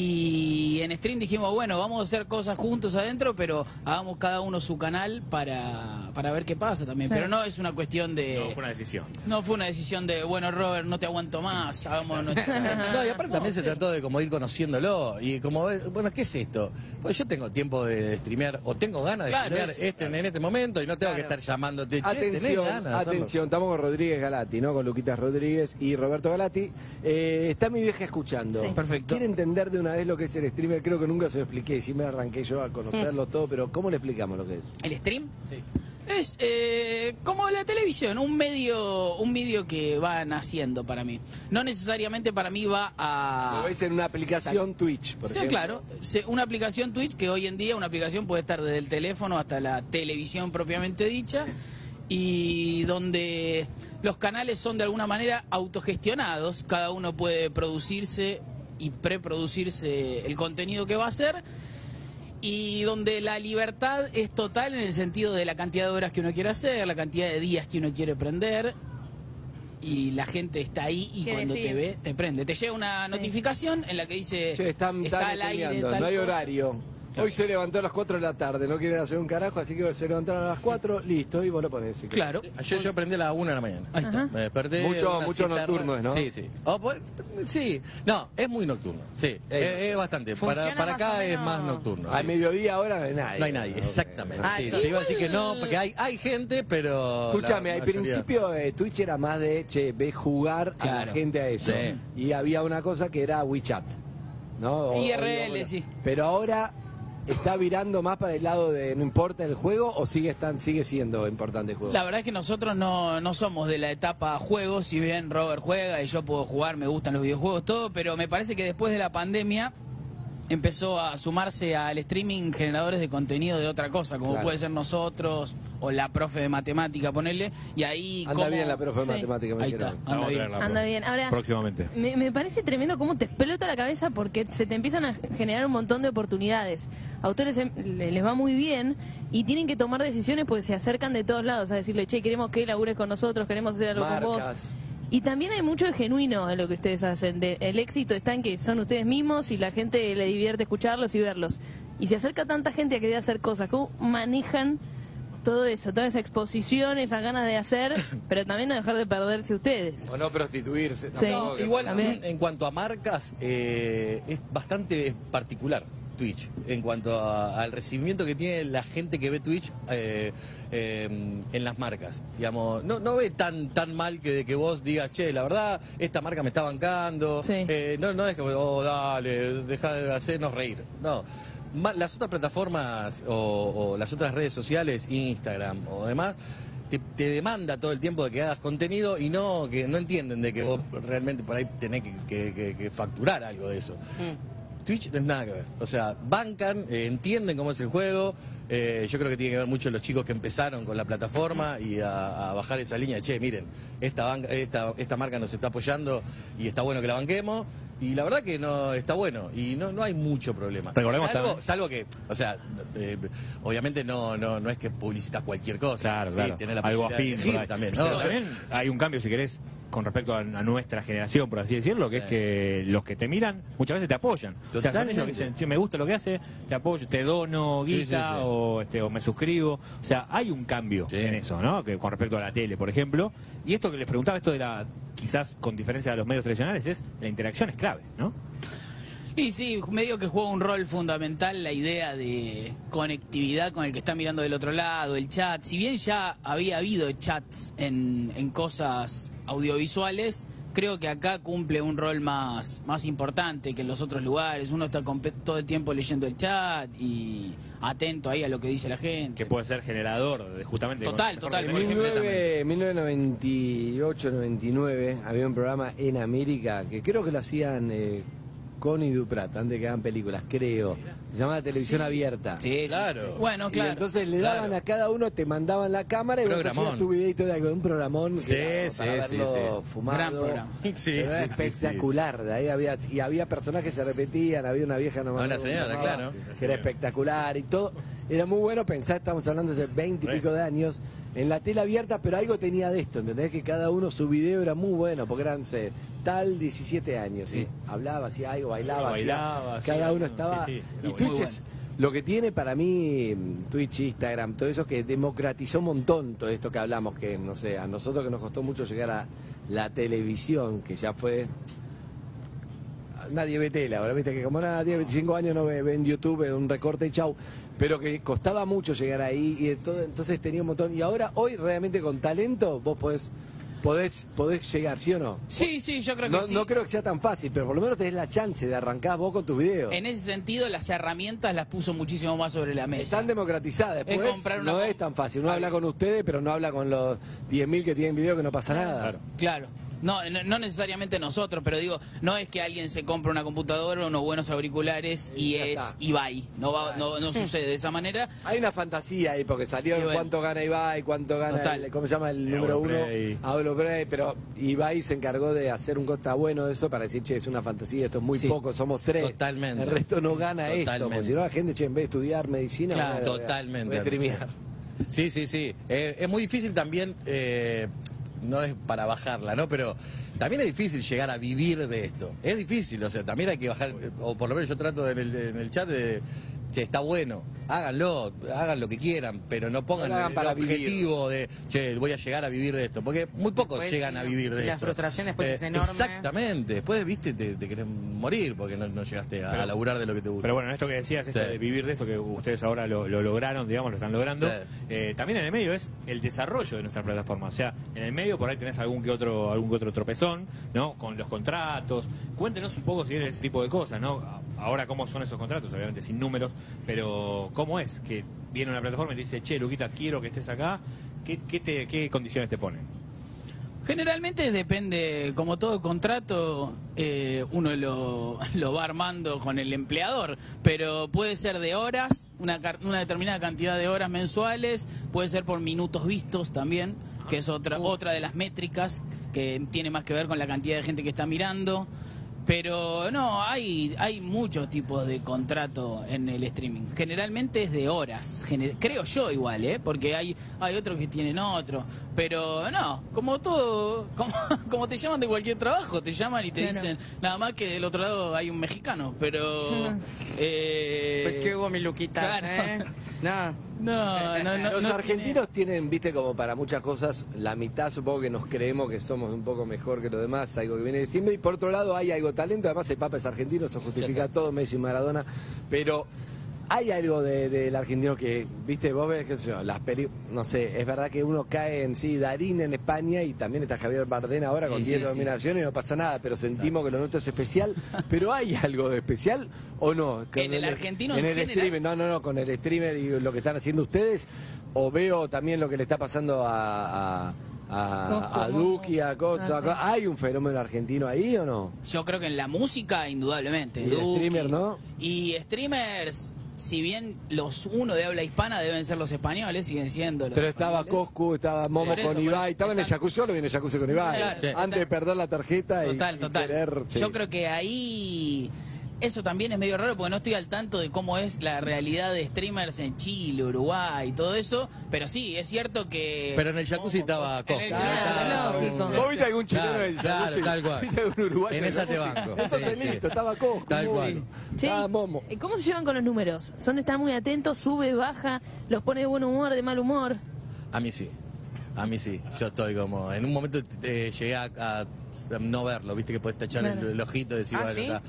Speaker 6: Y en stream dijimos, bueno, vamos a hacer cosas juntos adentro, pero hagamos cada uno su canal para, para ver qué pasa también. Pero no es una cuestión de...
Speaker 4: No, fue una decisión.
Speaker 6: No fue una decisión de, bueno, Robert, no te aguanto más, hagamos
Speaker 7: [LAUGHS]
Speaker 6: nuestra...
Speaker 7: No, y aparte también se trató de como ir conociéndolo y como, ver, bueno, ¿qué es esto? Pues yo tengo tiempo de streamear o tengo ganas de
Speaker 6: Claro,
Speaker 7: streamear
Speaker 6: es-
Speaker 7: este, en este momento y no tengo que
Speaker 5: Claro.
Speaker 7: estar llamándote. "Che, ¿tenés ganas
Speaker 3: Atención,
Speaker 7: de hacerlo?".
Speaker 3: atención, estamos con Rodríguez Galati, ¿no? Con Luquitas Rodríguez y Roberto Galati. Eh, está mi vieja escuchando.
Speaker 5: Sí.
Speaker 6: Perfecto.
Speaker 3: Quiere entender de una vez lo que es el streamer, creo que nunca se lo expliqué, sí me arranqué yo a
Speaker 7: [LAUGHS]
Speaker 3: conocerlo todo, pero ¿cómo le explicamos lo que es?
Speaker 6: ¿El stream? Sí. Es eh, como la televisión, un medio un medio que va naciendo para mí. No necesariamente para mí va a...
Speaker 7: Ah.
Speaker 3: Lo ves en una aplicación Twitch, por
Speaker 6: Sí,
Speaker 3: ejemplo.
Speaker 6: claro. Se- Una aplicación Twitch que hoy en día una aplicación puede estar desde el teléfono hasta la televisión propiamente dicha y donde los canales son de alguna manera autogestionados, cada uno puede producirse y preproducirse el contenido que va a hacer y donde la libertad es total en el sentido de la cantidad de horas que uno quiere hacer, la cantidad de días que uno quiere prender y la gente está ahí y
Speaker 1: ¿Qué
Speaker 6: cuando
Speaker 1: decir?
Speaker 6: te ve te prende. Te llega una notificación en la que dice
Speaker 3: Che, están
Speaker 6: está
Speaker 3: tan
Speaker 6: al aire,
Speaker 3: escaneando,
Speaker 6: tal
Speaker 3: no hay
Speaker 6: cosa.
Speaker 3: horario. Hoy se levantó a las 4 de la tarde, no quieren hacer un carajo, así que se levantaron a las 4, listo, y vos lo ponés. si
Speaker 6: Claro.
Speaker 7: Ayer yo aprendí a las 1 de la mañana.
Speaker 6: Ahí está.
Speaker 7: Me desperté.
Speaker 3: Mucho-
Speaker 7: una
Speaker 3: mucho
Speaker 7: siesta
Speaker 3: nocturno
Speaker 7: rara.
Speaker 3: es, ¿no?
Speaker 7: Sí, sí. O por- sí, no, es muy nocturno. Sí, es, es bastante. Para,
Speaker 5: Funciona
Speaker 7: para
Speaker 5: más o
Speaker 7: acá es
Speaker 5: menos-
Speaker 7: más nocturno.
Speaker 3: querés. Al
Speaker 7: sí.
Speaker 3: mediodía ahora no hay nadie.
Speaker 7: No hay nadie,
Speaker 3: Ok.
Speaker 7: exactamente.
Speaker 5: Ah,
Speaker 7: sí,
Speaker 5: sí.
Speaker 7: Te iba a decir que no, porque hay, hay gente, pero.
Speaker 3: Escúchame,
Speaker 7: la
Speaker 3: al
Speaker 7: mayoría-
Speaker 3: principio eh, Twitch era más de, che, ve jugar a la
Speaker 6: Claro.
Speaker 3: gente a eso.
Speaker 7: Sí.
Speaker 3: Y había una cosa que era WeChat, ¿no?
Speaker 6: IRL, sí.
Speaker 3: Pero ahora está virando más para el lado de no importa el juego o sigue están, sigue siendo importante el juego.
Speaker 6: La verdad es que nosotros no, no somos de la etapa juegos, si bien Robert juega y yo puedo jugar, me gustan los videojuegos, todo, pero me parece que después de la pandemia empezó a sumarse al streaming generadores de contenido de otra cosa, como
Speaker 3: Claro.
Speaker 6: puede ser nosotros o la profe de matemática, ponerle, y ahí...
Speaker 3: Anda
Speaker 6: como-
Speaker 3: bien la profe de
Speaker 1: Sí.
Speaker 3: matemática, me
Speaker 6: Ahí está,
Speaker 3: dijeron.
Speaker 6: anda bien.
Speaker 1: Anda bien. Ahora,
Speaker 4: Próximamente.
Speaker 1: Me, me parece tremendo cómo te explota la cabeza porque se te empiezan a generar un montón de oportunidades. A ustedes em- le- les va muy bien y tienen que tomar decisiones porque se acercan de todos lados a decirle, che, queremos que labures con nosotros, queremos hacer algo con vos.
Speaker 3: Marcas.
Speaker 1: Y también hay mucho de genuino en lo que ustedes hacen. de- el éxito está en que son ustedes mismos y la gente le divierte escucharlos y verlos. Y se acerca tanta gente a querer hacer cosas. ¿Cómo manejan todo eso? Toda esa exposición, esas ganas de hacer, pero también no dejar de perderse ustedes.
Speaker 3: O no prostituirse.
Speaker 1: Sí.
Speaker 7: No, igual mm,
Speaker 1: también.
Speaker 7: en- en cuanto a marcas eh, es bastante particular. Twitch en cuanto a- al recibimiento que tiene la gente que ve Twitch eh, eh, en las marcas. Digamos, no, no ve tan tan mal que, que vos digas, che, la verdad, esta marca me está bancando.
Speaker 1: Sí.
Speaker 7: Eh, no, no es que, oh, dale, deja de hacernos reír. No. Ma- Las otras plataformas o, o las otras redes sociales, Instagram o demás, te, te demanda todo el tiempo de que hagas contenido y no que no entienden de que vos realmente por ahí tenés que, que- que- que facturar algo de eso. Twitch no es nada que ver. O sea, bancan, eh, entienden cómo es el juego. Eh, yo creo que tiene que ver mucho los chicos que empezaron con la plataforma y a, a bajar esa línea. Che, miren, esta, banca, esta, esta marca nos está apoyando y está bueno que la banquemos. Y la verdad que no está bueno y no, no hay mucho problema.
Speaker 4: Recordemos
Speaker 7: salvo,
Speaker 4: también-
Speaker 7: salvo que, o sea, eh, obviamente no, no no es que publicitas cualquier cosa.
Speaker 4: Claro,
Speaker 7: Sí,
Speaker 4: claro.
Speaker 7: tenés la
Speaker 4: Algo
Speaker 7: posibilidad de
Speaker 4: afín por
Speaker 7: elegir
Speaker 4: ahí.
Speaker 7: también.
Speaker 4: Pero
Speaker 7: ¿no?
Speaker 4: también hay un cambio, si querés, con respecto a, a nuestra generación, por así decirlo, que es que los que te miran muchas veces te apoyan. O sea, son ellos que
Speaker 7: Totalmente.
Speaker 4: dicen, "Che, me gusta lo que hace, te apoyo, te dono
Speaker 7: Sí,
Speaker 4: guita
Speaker 7: sí, sí.
Speaker 4: O, este, o me suscribo. O sea, hay un cambio
Speaker 7: Sí.
Speaker 4: en eso, ¿no? Que con respecto a la tele, por ejemplo. Y esto que les preguntaba, esto de la, quizás con diferencia de los medios tradicionales, es la interacción es clave, ¿no?
Speaker 6: Y sí, medio que juega un rol fundamental la idea de conectividad con el que está mirando del otro lado, el chat. Si bien ya había habido chats en, en cosas audiovisuales, creo que acá cumple un rol más, más importante que en los otros lugares. Uno está compe- todo el tiempo leyendo el chat y atento ahí a lo que dice la gente.
Speaker 4: Que puede ser generador, de, justamente.
Speaker 6: Total,
Speaker 4: mejor
Speaker 6: total,
Speaker 4: que
Speaker 6: muy
Speaker 4: tenés.
Speaker 3: 19, 1998-99 había un programa en América que creo que lo hacían eh, Connie Duprat, antes que hagan películas, creo. Se llamaba Televisión Abierta.
Speaker 6: Sí, sí,
Speaker 7: Claro.
Speaker 6: sí. Bueno,
Speaker 3: Y
Speaker 6: claro.
Speaker 3: entonces le daban
Speaker 7: claro.
Speaker 3: a cada uno, te mandaban la cámara y vos
Speaker 7: Programón.
Speaker 3: hacías tu videito de algo, un programón
Speaker 7: Sí,
Speaker 3: que,
Speaker 7: sí,
Speaker 3: para
Speaker 7: sí,
Speaker 3: verlo fumado.
Speaker 6: Gran programa.
Speaker 3: [LAUGHS]
Speaker 4: Sí,
Speaker 3: Pero era
Speaker 4: sí, sí, sí.
Speaker 3: espectacular, de ahí había, y había personajes que se repetían, había una vieja nomás.
Speaker 7: Una señora, claro.
Speaker 3: Que era espectacular y todo. Era muy bueno pensar, estamos hablando hace 20 y pico de años, en la tela abierta, pero algo tenía de esto, ¿entendés? Que cada uno su video era muy bueno, porque eran se, tal 17 años, ¿sí? Hablaba, hacía algo, bailaba. hacía-
Speaker 4: Bailaba, hacía
Speaker 3: cada uno
Speaker 4: algo,
Speaker 3: estaba.
Speaker 4: sí, sí, era
Speaker 3: y
Speaker 4: bueno.
Speaker 3: Twitch
Speaker 4: Muy
Speaker 3: es- Lo que tiene para mí mm, Twitch, Instagram, todo eso que democratizó un montón todo esto que hablamos, que no sé, a nosotros que nos costó mucho llegar a la televisión, que ya fue nadie ve tele ahora, viste que como nadie 25 años no ve, ve en YouTube un recorte y chau, pero que costaba mucho llegar ahí y de todo- entonces tenía un montón y ahora hoy realmente con talento vos podés podés podés llegar, ¿sí o no?
Speaker 6: Sí, sí, yo creo que
Speaker 3: No,
Speaker 6: sí.
Speaker 3: no creo que sea tan fácil, pero por lo menos tenés la chance de arrancar vos con tus videos.
Speaker 6: En ese sentido, las herramientas las puso muchísimo más sobre la mesa.
Speaker 3: Están democratizadas,
Speaker 6: Es
Speaker 3: después
Speaker 6: comprar una
Speaker 3: no
Speaker 6: com-
Speaker 3: es tan fácil, uno habla con ustedes, pero no habla con los 10.000 que tienen video que no pasa nada.
Speaker 6: Claro. No, no, no necesariamente nosotros, pero digo, no es que alguien se compre una computadora, unos buenos auriculares y
Speaker 3: Y ya
Speaker 6: es
Speaker 3: está.
Speaker 6: y bye. No, va, no, no sucede de esa manera.
Speaker 3: Hay una fantasía ahí, porque salió
Speaker 6: Y bueno.
Speaker 3: cuánto gana Ibai, cuánto gana,
Speaker 6: Total.
Speaker 3: el- ¿cómo se llama el
Speaker 4: Eh,
Speaker 3: número uno?
Speaker 4: Auroplay.
Speaker 3: Auroplay, pero Ibai se encargó de hacer un costa bueno de eso para decir, che, es una fantasía, esto es muy
Speaker 6: Sí.
Speaker 3: poco, somos tres.
Speaker 7: Totalmente.
Speaker 3: El resto no gana esto, porque
Speaker 7: Totalmente.
Speaker 3: si no la gente, che, en vez de estudiar medicina,
Speaker 6: Claro,
Speaker 3: van a- voy a-
Speaker 7: totalmente.
Speaker 3: voy a streamear.
Speaker 7: Sí, sí, sí. Eh, es muy difícil también, eh, no es para bajarla, ¿no? Pero también es difícil llegar a vivir de esto. Es difícil, o sea, también hay que bajar, o por lo menos yo trato en el, en el chat de, che, está bueno, háganlo, hagan lo que quieran, pero no pongan
Speaker 3: No lo hagan
Speaker 7: el,
Speaker 3: para vivir.
Speaker 7: objetivo de, che, voy a llegar a vivir de esto, porque muy pocos
Speaker 5: Después,
Speaker 7: llegan
Speaker 5: sí,
Speaker 7: a vivir de
Speaker 5: la
Speaker 7: esto. Eh,
Speaker 5: frustración después es enorme.
Speaker 7: Exactamente, después, viste, te, te querés morir porque no, no llegaste a
Speaker 4: Pero-
Speaker 7: laburar de lo que te gusta.
Speaker 4: Pero bueno, esto que decías, esto
Speaker 7: Sí.
Speaker 4: de vivir de esto que ustedes ahora lo, lo lograron, digamos, lo están logrando,
Speaker 7: Sí.
Speaker 4: eh, también en el medio es el desarrollo de nuestra plataforma. O sea, en el medio por ahí tenés algún que otro, algún que otro tropezón, ¿no? Con los contratos. Cuéntenos un poco si es ese tipo de cosas, ¿no? A- Ahora cómo son esos contratos, obviamente sin números, pero cómo es que viene una plataforma y te dice, che, Luquita, quiero que estés acá. ¿Qué, qué, te- qué condiciones te ponen?
Speaker 6: Generalmente depende, como todo contrato, eh, uno lo, lo va armando con el empleador, pero puede ser de horas, una, car- una determinada cantidad de horas mensuales, puede ser por minutos vistos también, que es
Speaker 3: Ah.
Speaker 6: otra, otra de las métricas que tiene más que ver con la cantidad de gente que está mirando. Pero no, hay, hay muchos tipos de contrato en el streaming. Generalmente es de horas, gener- creo yo igual, ¿eh? Porque hay, hay otros que tienen otro. Pero no, como todo, como, [LAUGHS] como te llaman de cualquier trabajo, te llaman y te
Speaker 5: Claro.
Speaker 6: dicen, nada más que del otro lado hay un mexicano, pero... eh,
Speaker 5: Pues que hubo mi Luquita.
Speaker 6: Claro.
Speaker 5: ¿eh? No.
Speaker 6: No, no, no.
Speaker 3: [LAUGHS] Los
Speaker 6: no
Speaker 3: argentinos tienen, viste, como para muchas cosas, la mitad supongo que nos creemos que somos un poco mejor que los demás, algo que viene de siempre, y por otro lado hay algo talento, además el Papa es argentino, eso justifica todo, Messi y Maradona, pero hay algo de- del argentino que, viste, vos ves, qué sé yo, las peli- no sé, es verdad que uno cae en sí, Darín en España y también está Javier Bardem ahora con
Speaker 6: Sí,
Speaker 3: 10
Speaker 6: sí, sí,
Speaker 3: nominaciones y no pasa nada, pero sentimos que lo nuestro es especial, pero ¿hay algo de especial o no? Que
Speaker 6: En el argentino
Speaker 3: En
Speaker 6: en
Speaker 3: el
Speaker 6: general.
Speaker 3: streaming, no, no, no, con el streamer y lo que están haciendo ustedes, o veo también lo que le está pasando a... a a, a
Speaker 1: Coscu,
Speaker 3: Duki, a Cosa,
Speaker 1: Ah, sí.
Speaker 3: ¿hay un fenómeno argentino ahí o no?
Speaker 6: Yo creo que en la música, indudablemente.
Speaker 3: Y de streamer, ¿no?
Speaker 6: Y streamers, si bien los uno de habla hispana deben ser los españoles, siguen siendo los
Speaker 3: Pero estaba
Speaker 6: españoles.
Speaker 3: Coscu, estaba Momo
Speaker 6: Por eso,
Speaker 3: con
Speaker 6: por
Speaker 3: Ibai,
Speaker 6: eso.
Speaker 3: estaba en el
Speaker 6: Están-
Speaker 3: jacuzzi, lo viene el jacuzzi con Ibai.
Speaker 6: Claro, sí.
Speaker 3: Antes de perder la tarjeta y-
Speaker 6: Total,
Speaker 3: y,
Speaker 6: total.
Speaker 3: querer, sí.
Speaker 6: Yo creo que ahí eso también es medio raro porque no estoy al tanto de cómo es la realidad de streamers en Chile, Uruguay y todo eso, pero sí, es cierto que...
Speaker 7: Pero en el jacuzzi estaba
Speaker 6: En el
Speaker 7: Costa.
Speaker 6: jacuzzi,
Speaker 7: Estaba
Speaker 1: lógico.
Speaker 7: un-
Speaker 3: ¿Vos viste algún chileno
Speaker 7: Claro,
Speaker 3: en el
Speaker 7: claro,
Speaker 3: jacuzzi?
Speaker 7: tal cual.
Speaker 3: ¿Viste algún uruguayo
Speaker 7: En
Speaker 3: el
Speaker 7: esa te
Speaker 3: jacuzzi?
Speaker 7: banco,
Speaker 3: Eso
Speaker 7: sí,
Speaker 3: tenés,
Speaker 7: sí.
Speaker 3: estaba Coscu.
Speaker 7: Tal
Speaker 3: Ibai,
Speaker 7: cual.
Speaker 1: Che,
Speaker 3: Estaba Momo.
Speaker 1: ¿y ¿Cómo se llevan con los números? Son están muy atentos, sube, baja, los pone de buen humor, de mal humor.
Speaker 7: A mí sí. A mí sí. Yo estoy como. En un momento eh, llegué a, a no verlo, viste que podés tachar
Speaker 1: Claro.
Speaker 7: el, el ojito y decir,
Speaker 5: ¿Ah,
Speaker 7: bueno,
Speaker 5: sí?
Speaker 7: está.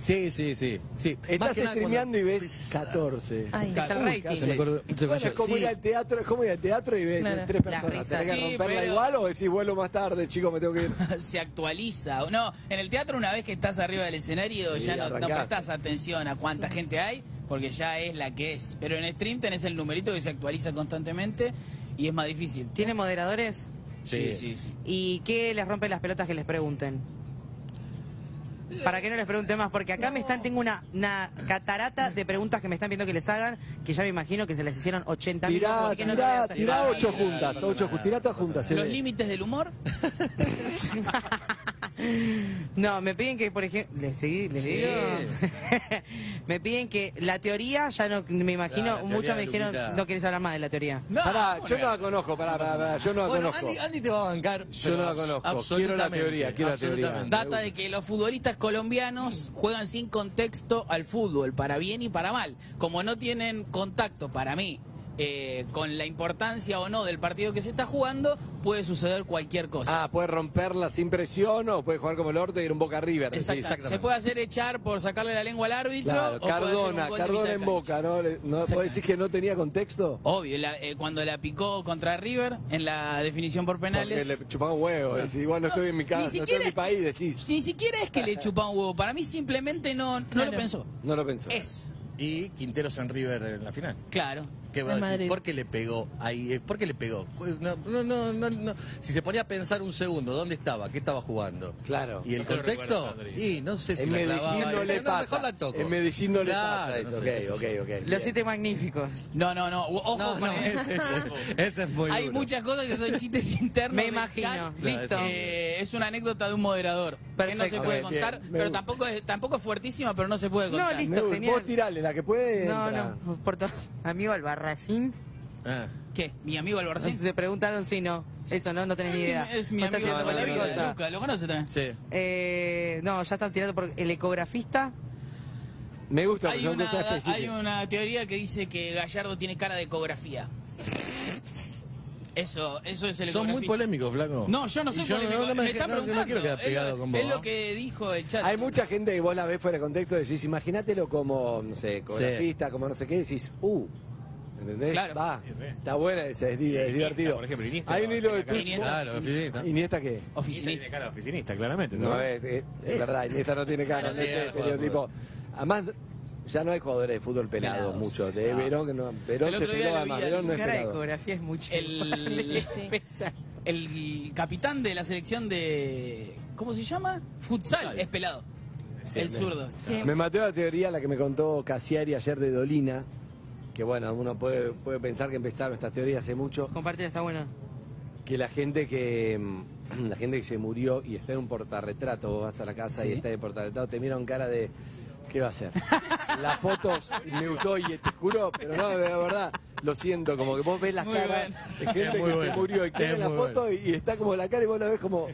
Speaker 7: Sí, sí, sí. sí.
Speaker 3: Estás
Speaker 7: Más que nada cuando-
Speaker 3: streameando y ves 14.
Speaker 1: Ay,
Speaker 5: Es el rating.
Speaker 7: Se me acordó- se me
Speaker 3: Bueno, es
Speaker 7: cayó.
Speaker 3: como ir al teatro, es como ir al teatro y ves
Speaker 1: Claro.
Speaker 3: tres
Speaker 5: Las
Speaker 3: personas.
Speaker 5: risas.
Speaker 3: ¿Tenés que
Speaker 6: Sí,
Speaker 3: romperla
Speaker 6: pero-
Speaker 3: igual o decís vuelo más tarde, chico, me tengo que ir?
Speaker 6: [LAUGHS] se actualiza. No, en el teatro una vez que estás arriba del escenario
Speaker 3: Sí,
Speaker 6: ya no, no
Speaker 3: arrancás.
Speaker 6: prestás atención a cuánta gente hay porque ya es la que es. Pero en stream tenés el numerito que se actualiza constantemente y es más difícil.
Speaker 5: ¿Tiene moderadores?
Speaker 6: Sí, sí,
Speaker 7: Sí.
Speaker 6: sí.
Speaker 5: ¿Y qué les rompe las pelotas que les pregunten? Para que no les pregunten más, porque acá me están, tengo una, una catarata de preguntas que me están pidiendo que les hagan, que ya me imagino que se les hicieron 80 mil,
Speaker 3: Tirá,
Speaker 5: así que no lo voy a
Speaker 3: tirá,
Speaker 5: hacer.
Speaker 3: tirá
Speaker 6: Ay,
Speaker 3: ocho
Speaker 6: no,
Speaker 3: juntas,
Speaker 7: no pasa
Speaker 3: ocho
Speaker 7: nada,
Speaker 3: juntas, tirá todas
Speaker 7: no pasa
Speaker 3: juntas.
Speaker 6: Los
Speaker 3: eh.
Speaker 6: límites del humor.
Speaker 5: No, me piden que, por ejemplo, les seguí, les
Speaker 7: Sí.
Speaker 5: digo. [LAUGHS] me piden que la teoría, ya no, me imagino,
Speaker 7: Claro, la
Speaker 5: muchos
Speaker 7: teoría
Speaker 5: me
Speaker 7: de
Speaker 5: dijeron,
Speaker 7: Lupita.
Speaker 5: no quieres hablar más de la teoría.
Speaker 3: Pará, yo no la conozco, pará, pará, pará, yo [LAUGHS] no la
Speaker 7: Bueno,
Speaker 3: conozco.
Speaker 7: Andy, Andy te va a bancar.
Speaker 3: Yo no la conozco. Quiero la teoría, quiero la teoría.
Speaker 6: Data de que los futbolistas colombianos juegan sin contexto al fútbol, para bien y para mal. Como no tienen contacto, para mí, eh, con la importancia o no del partido que se está jugando, puede suceder cualquier cosa.
Speaker 3: Ah, puede romperla sin presión o puede jugar como el orte y ir un Boca River.
Speaker 6: Exacta-
Speaker 3: Sí,
Speaker 6: Se puede hacer echar por sacarle la lengua al árbitro.
Speaker 3: Claro,
Speaker 6: o puede hacer un
Speaker 3: Cardona,
Speaker 6: gol de
Speaker 3: Cardona
Speaker 6: mitad
Speaker 3: en
Speaker 6: de cancha.
Speaker 3: Boca, ¿no? Le- ¿No
Speaker 6: Exactamente.
Speaker 3: podés decir que no tenía contexto?
Speaker 6: Obvio, la- eh, cuando la picó contra River en la definición por
Speaker 3: Porque
Speaker 6: penales.
Speaker 3: le chupaba un huevo, decís, igual no estoy en mi casa, no estoy en mi país, decís.
Speaker 6: Ni siquiera es que le chupa un huevo. Para mí simplemente no, no
Speaker 1: Claro.
Speaker 6: lo pensó.
Speaker 3: No lo pensó.
Speaker 6: Es,
Speaker 7: Y Quinteros en River en la final.
Speaker 6: claro.
Speaker 7: ¿Qué va
Speaker 1: En
Speaker 7: a decir?
Speaker 1: Madrid.
Speaker 7: ¿Por qué le pegó ahí? Eh, ¿Por qué le pegó? No, no, no, no, no. Si se ponía a pensar un segundo, ¿dónde estaba? ¿Qué estaba jugando?
Speaker 3: Claro.
Speaker 7: ¿Y el
Speaker 4: No lo
Speaker 7: contexto?
Speaker 4: recuerdo, Andrés.
Speaker 7: Y no sé si
Speaker 3: En
Speaker 7: la
Speaker 3: Medellín
Speaker 7: clavaba.
Speaker 3: no le
Speaker 7: Pero
Speaker 3: pasa.
Speaker 7: mejor la toco.
Speaker 3: En Medellín no le
Speaker 7: Claro,
Speaker 3: pasa
Speaker 7: no
Speaker 3: eso. Ok,
Speaker 7: sé.
Speaker 3: ok, ok. bien.
Speaker 5: Los siete magníficos.
Speaker 6: No, no, no. o- Ojo
Speaker 7: No,
Speaker 6: con
Speaker 7: no,
Speaker 6: eso.
Speaker 7: ese, ese es muy
Speaker 6: Hay
Speaker 7: duro.
Speaker 6: muchas cosas que son chistes internos.
Speaker 5: Me
Speaker 6: del
Speaker 5: imagino.
Speaker 6: chat.
Speaker 5: Listo.
Speaker 6: Eh, es una anécdota de un moderador. Que no se
Speaker 5: Perfecto.
Speaker 6: puede
Speaker 3: Bien, bien.
Speaker 6: contar,
Speaker 3: Me
Speaker 6: pero
Speaker 3: gusta.
Speaker 6: tampoco es, tampoco es fuertísima, pero no se puede
Speaker 5: No,
Speaker 6: contar.
Speaker 5: listo.
Speaker 3: Me-
Speaker 5: genial.
Speaker 3: Vos tirale, la que puede.
Speaker 5: No,
Speaker 3: entra.
Speaker 5: no, por todo. Amigo Albarracín.
Speaker 7: [LAUGHS] Ah.
Speaker 6: ¿Qué? ¿Mi amigo Albarracín?
Speaker 5: Se preguntaron si no. Eso no, no tenés ni idea.
Speaker 6: Es mi
Speaker 5: Me están tirando
Speaker 6: amigo de toda la
Speaker 5: cualquier
Speaker 6: vida,
Speaker 5: cosa.
Speaker 6: Luca. ¿Lo conoce también?
Speaker 7: Sí.
Speaker 5: Eh, no, ya están tirando por el ecografista.
Speaker 3: Me gusta,
Speaker 6: Hay
Speaker 3: porque
Speaker 6: una,
Speaker 3: son cosas
Speaker 6: hay
Speaker 3: específicas.
Speaker 6: una teoría que dice que Gallardo tiene cara de ecografía. Eso, eso es el
Speaker 7: Son muy
Speaker 6: ecografista.
Speaker 7: polémicos, flaco.
Speaker 6: No, yo no soy
Speaker 7: Y yo
Speaker 6: polémico.
Speaker 7: no
Speaker 6: me,
Speaker 7: me deje-
Speaker 6: están
Speaker 7: no,
Speaker 6: preguntando.
Speaker 7: no quiero quedar
Speaker 6: Es lo-
Speaker 7: pegado con vos,
Speaker 6: Es lo
Speaker 7: ¿no?
Speaker 6: que dijo el chat.
Speaker 3: Hay mucha gente que vos la ves fuera de contexto y decís, imagínatelo como, no sé, como grafista, como no sé qué, decís, uh. ¿Entendés?
Speaker 6: Claro.
Speaker 3: Va,
Speaker 4: Sí, re.
Speaker 3: está buena esa, es, di- es
Speaker 4: Iniesta,
Speaker 3: divertido.
Speaker 4: por ejemplo, Iniesta
Speaker 3: Hay un
Speaker 4: no,
Speaker 3: hilo de
Speaker 4: tiene
Speaker 3: Twitch.
Speaker 6: cara
Speaker 7: Claro, oficinista.
Speaker 3: ¿Iniesta qué?
Speaker 4: Iniesta
Speaker 6: Oficinista.
Speaker 4: tiene cara de oficinista, claramente. ¿no? Eh,
Speaker 3: No, es, es- es verdad, Iniesta no tiene cara,
Speaker 7: No
Speaker 3: no es
Speaker 7: tiene cara,
Speaker 3: estereotipo. Además, ya no hay jugadores de fútbol pelados,
Speaker 6: Pelados,
Speaker 3: muchos. De
Speaker 6: exacto.
Speaker 3: Verón, que no, Verón
Speaker 6: El
Speaker 3: se
Speaker 6: otro día
Speaker 3: peló,
Speaker 6: lo
Speaker 3: además,
Speaker 6: vi al
Speaker 3: Verón no es
Speaker 5: Cara de
Speaker 3: pelado.
Speaker 5: ecografía es mucho.
Speaker 6: [LAUGHS] El,
Speaker 5: Pesa.
Speaker 6: el capitán de la selección de. ¿Cómo se llama? Futsal. Es pelado. El zurdo.
Speaker 1: Sí.
Speaker 3: Me mató la teoría la que me contó Casiari ayer de Dolina, que bueno, uno puede, puede pensar que empezaron estas teorías hace mucho.
Speaker 5: Compartir está bueno.
Speaker 3: que la gente que mm, [CLEARS THROAT] la gente que se murió y está en un portarretrato, vos vas a la casa y está en el portarretrato, te miran cara de ¿qué va a hacer? [LAUGHS] Las fotos me gustó y te juro, pero no, de verdad, lo siento, como que vos ves las
Speaker 6: Muy
Speaker 3: caras de gente
Speaker 7: Es
Speaker 3: que
Speaker 7: muy
Speaker 3: se
Speaker 7: bueno.
Speaker 3: murió y que
Speaker 7: Es
Speaker 3: ve la
Speaker 7: muy
Speaker 3: foto y, y está como la cara y vos la ves como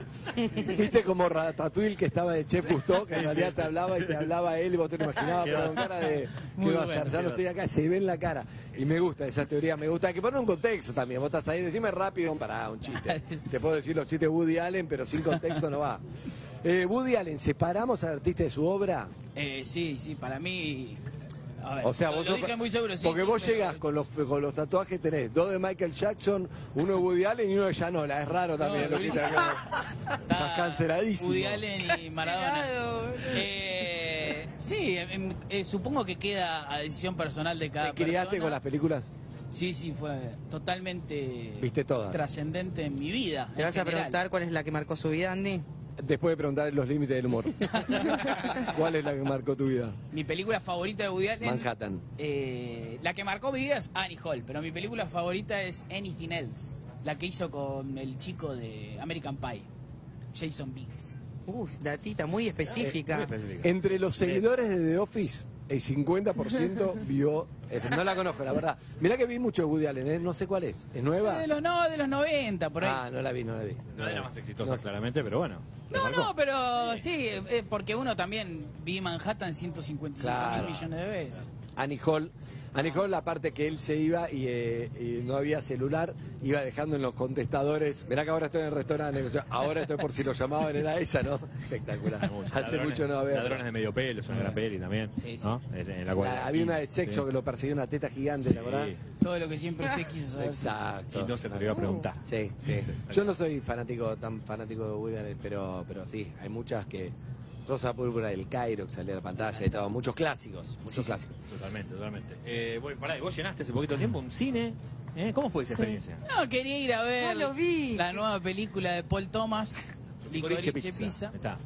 Speaker 3: [LAUGHS] viste como Ratatouille que estaba de Chef Gusto, que en realidad te hablaba y te hablaba él y vos te lo imaginabas, pero con cara
Speaker 6: [LAUGHS]
Speaker 3: de ¿qué
Speaker 7: Muy
Speaker 3: va a
Speaker 7: bueno,
Speaker 3: hacer? Ya
Speaker 7: qué
Speaker 3: no estoy acá, se ve en la cara. Y me gusta esa teoría, me gusta. Hay que poner un contexto también. Vos
Speaker 6: [LAUGHS]
Speaker 3: estás ahí, decime rápido, pará, un chiste. Te puedo decir los chistes Woody Allen, pero sin contexto no va. Eh, Woody Allen, ¿separamos al artista de su obra?
Speaker 6: Eh, sí, sí, para mí. A ver,
Speaker 3: O sea,
Speaker 6: lo-
Speaker 3: vos
Speaker 6: lo
Speaker 3: sos-
Speaker 6: dije muy seguro, sí,
Speaker 3: Porque
Speaker 6: sí,
Speaker 3: vos
Speaker 6: pero-
Speaker 3: llegás con los, con los tatuajes, tenés dos de Michael Jackson, uno de Woody Allen y uno de Yanola. Es raro también
Speaker 6: No,
Speaker 3: lo que
Speaker 6: Woody-
Speaker 3: hice acá.
Speaker 6: [LAUGHS] Está
Speaker 3: Estás canceladísimo.
Speaker 6: Woody Allen y Maradona.
Speaker 5: Cancelado, boludo.
Speaker 6: Eh, sí, em, eh, supongo que queda a decisión personal de cada
Speaker 3: ¿Te criaste
Speaker 6: persona.
Speaker 3: con las películas?
Speaker 6: Sí, sí, fue totalmente
Speaker 3: Viste todas.
Speaker 6: trascendente en mi vida.
Speaker 5: ¿Te
Speaker 6: en
Speaker 5: vas a
Speaker 6: general.
Speaker 5: preguntar cuál es la que marcó su vida, Andy?
Speaker 3: Después de preguntar los límites del
Speaker 6: [LAUGHS]
Speaker 3: humor. ¿Cuál es la que marcó tu vida?
Speaker 6: Mi película favorita de Woody Allen.
Speaker 3: Manhattan.
Speaker 6: eh, la que marcó mi vida es Annie Hall, pero mi película favorita es Anything Else, la que hizo con el chico de American Pie, Jason Biggs.
Speaker 5: Uf, datita muy específica.
Speaker 3: Eh, Entre los seguidores de The Office, el
Speaker 6: [LAUGHS]
Speaker 3: 50% vio... eh, no la conozco, la verdad. Mirá que vi mucho de Woody Allen, ¿eh? no sé cuál es. ¿Es nueva?
Speaker 6: De los, no, de los 90, por ahí.
Speaker 3: Ah, no la vi, no la vi.
Speaker 4: No era más exitosa,
Speaker 3: No.
Speaker 4: claramente, pero bueno. te
Speaker 6: No,
Speaker 4: marcó.
Speaker 6: no, pero sí, eh, eh, porque uno también vi Manhattan 155
Speaker 3: Claro.
Speaker 6: mil millones de veces.
Speaker 3: Annie Hall. Annie Hall, la parte que él se iba y, eh, y no había celular, iba dejando en los contestadores. Verá que ahora estoy en el restaurante, o sea, ahora estoy por si lo llamaban, era esa, ¿no? Espectacular. Hace
Speaker 4: Ladrones-
Speaker 3: mucho no había. Ah.
Speaker 4: Ladrones de medio pelo, es una gran peli también.
Speaker 6: Sí, sí.
Speaker 4: ¿no? En- en la cual-
Speaker 3: La- había una de sexo que lo persiguió una teta gigante, la
Speaker 4: Sí.
Speaker 3: verdad.
Speaker 6: Todo lo que siempre usted quiso saber.
Speaker 3: Exacto.
Speaker 4: Y no se atrevió a preguntar.
Speaker 3: Sí, sí. Yo no soy fanático tan fanático de Woody Allen, pero, pero sí, hay muchas que. Rosa Púrpura del Cairo que salió a la pantalla y todo, muchos clásicos, muchos clásicos.
Speaker 4: Totalmente, totalmente. Eh, vos, pará, ¿y vos llenaste hace poquito tiempo un cine. ¿Eh? ¿Cómo fue esa experiencia?
Speaker 6: No, quería ir a ver
Speaker 5: No lo vi.
Speaker 6: la nueva película de Paul Thomas, Licorice Pizza,
Speaker 4: Está.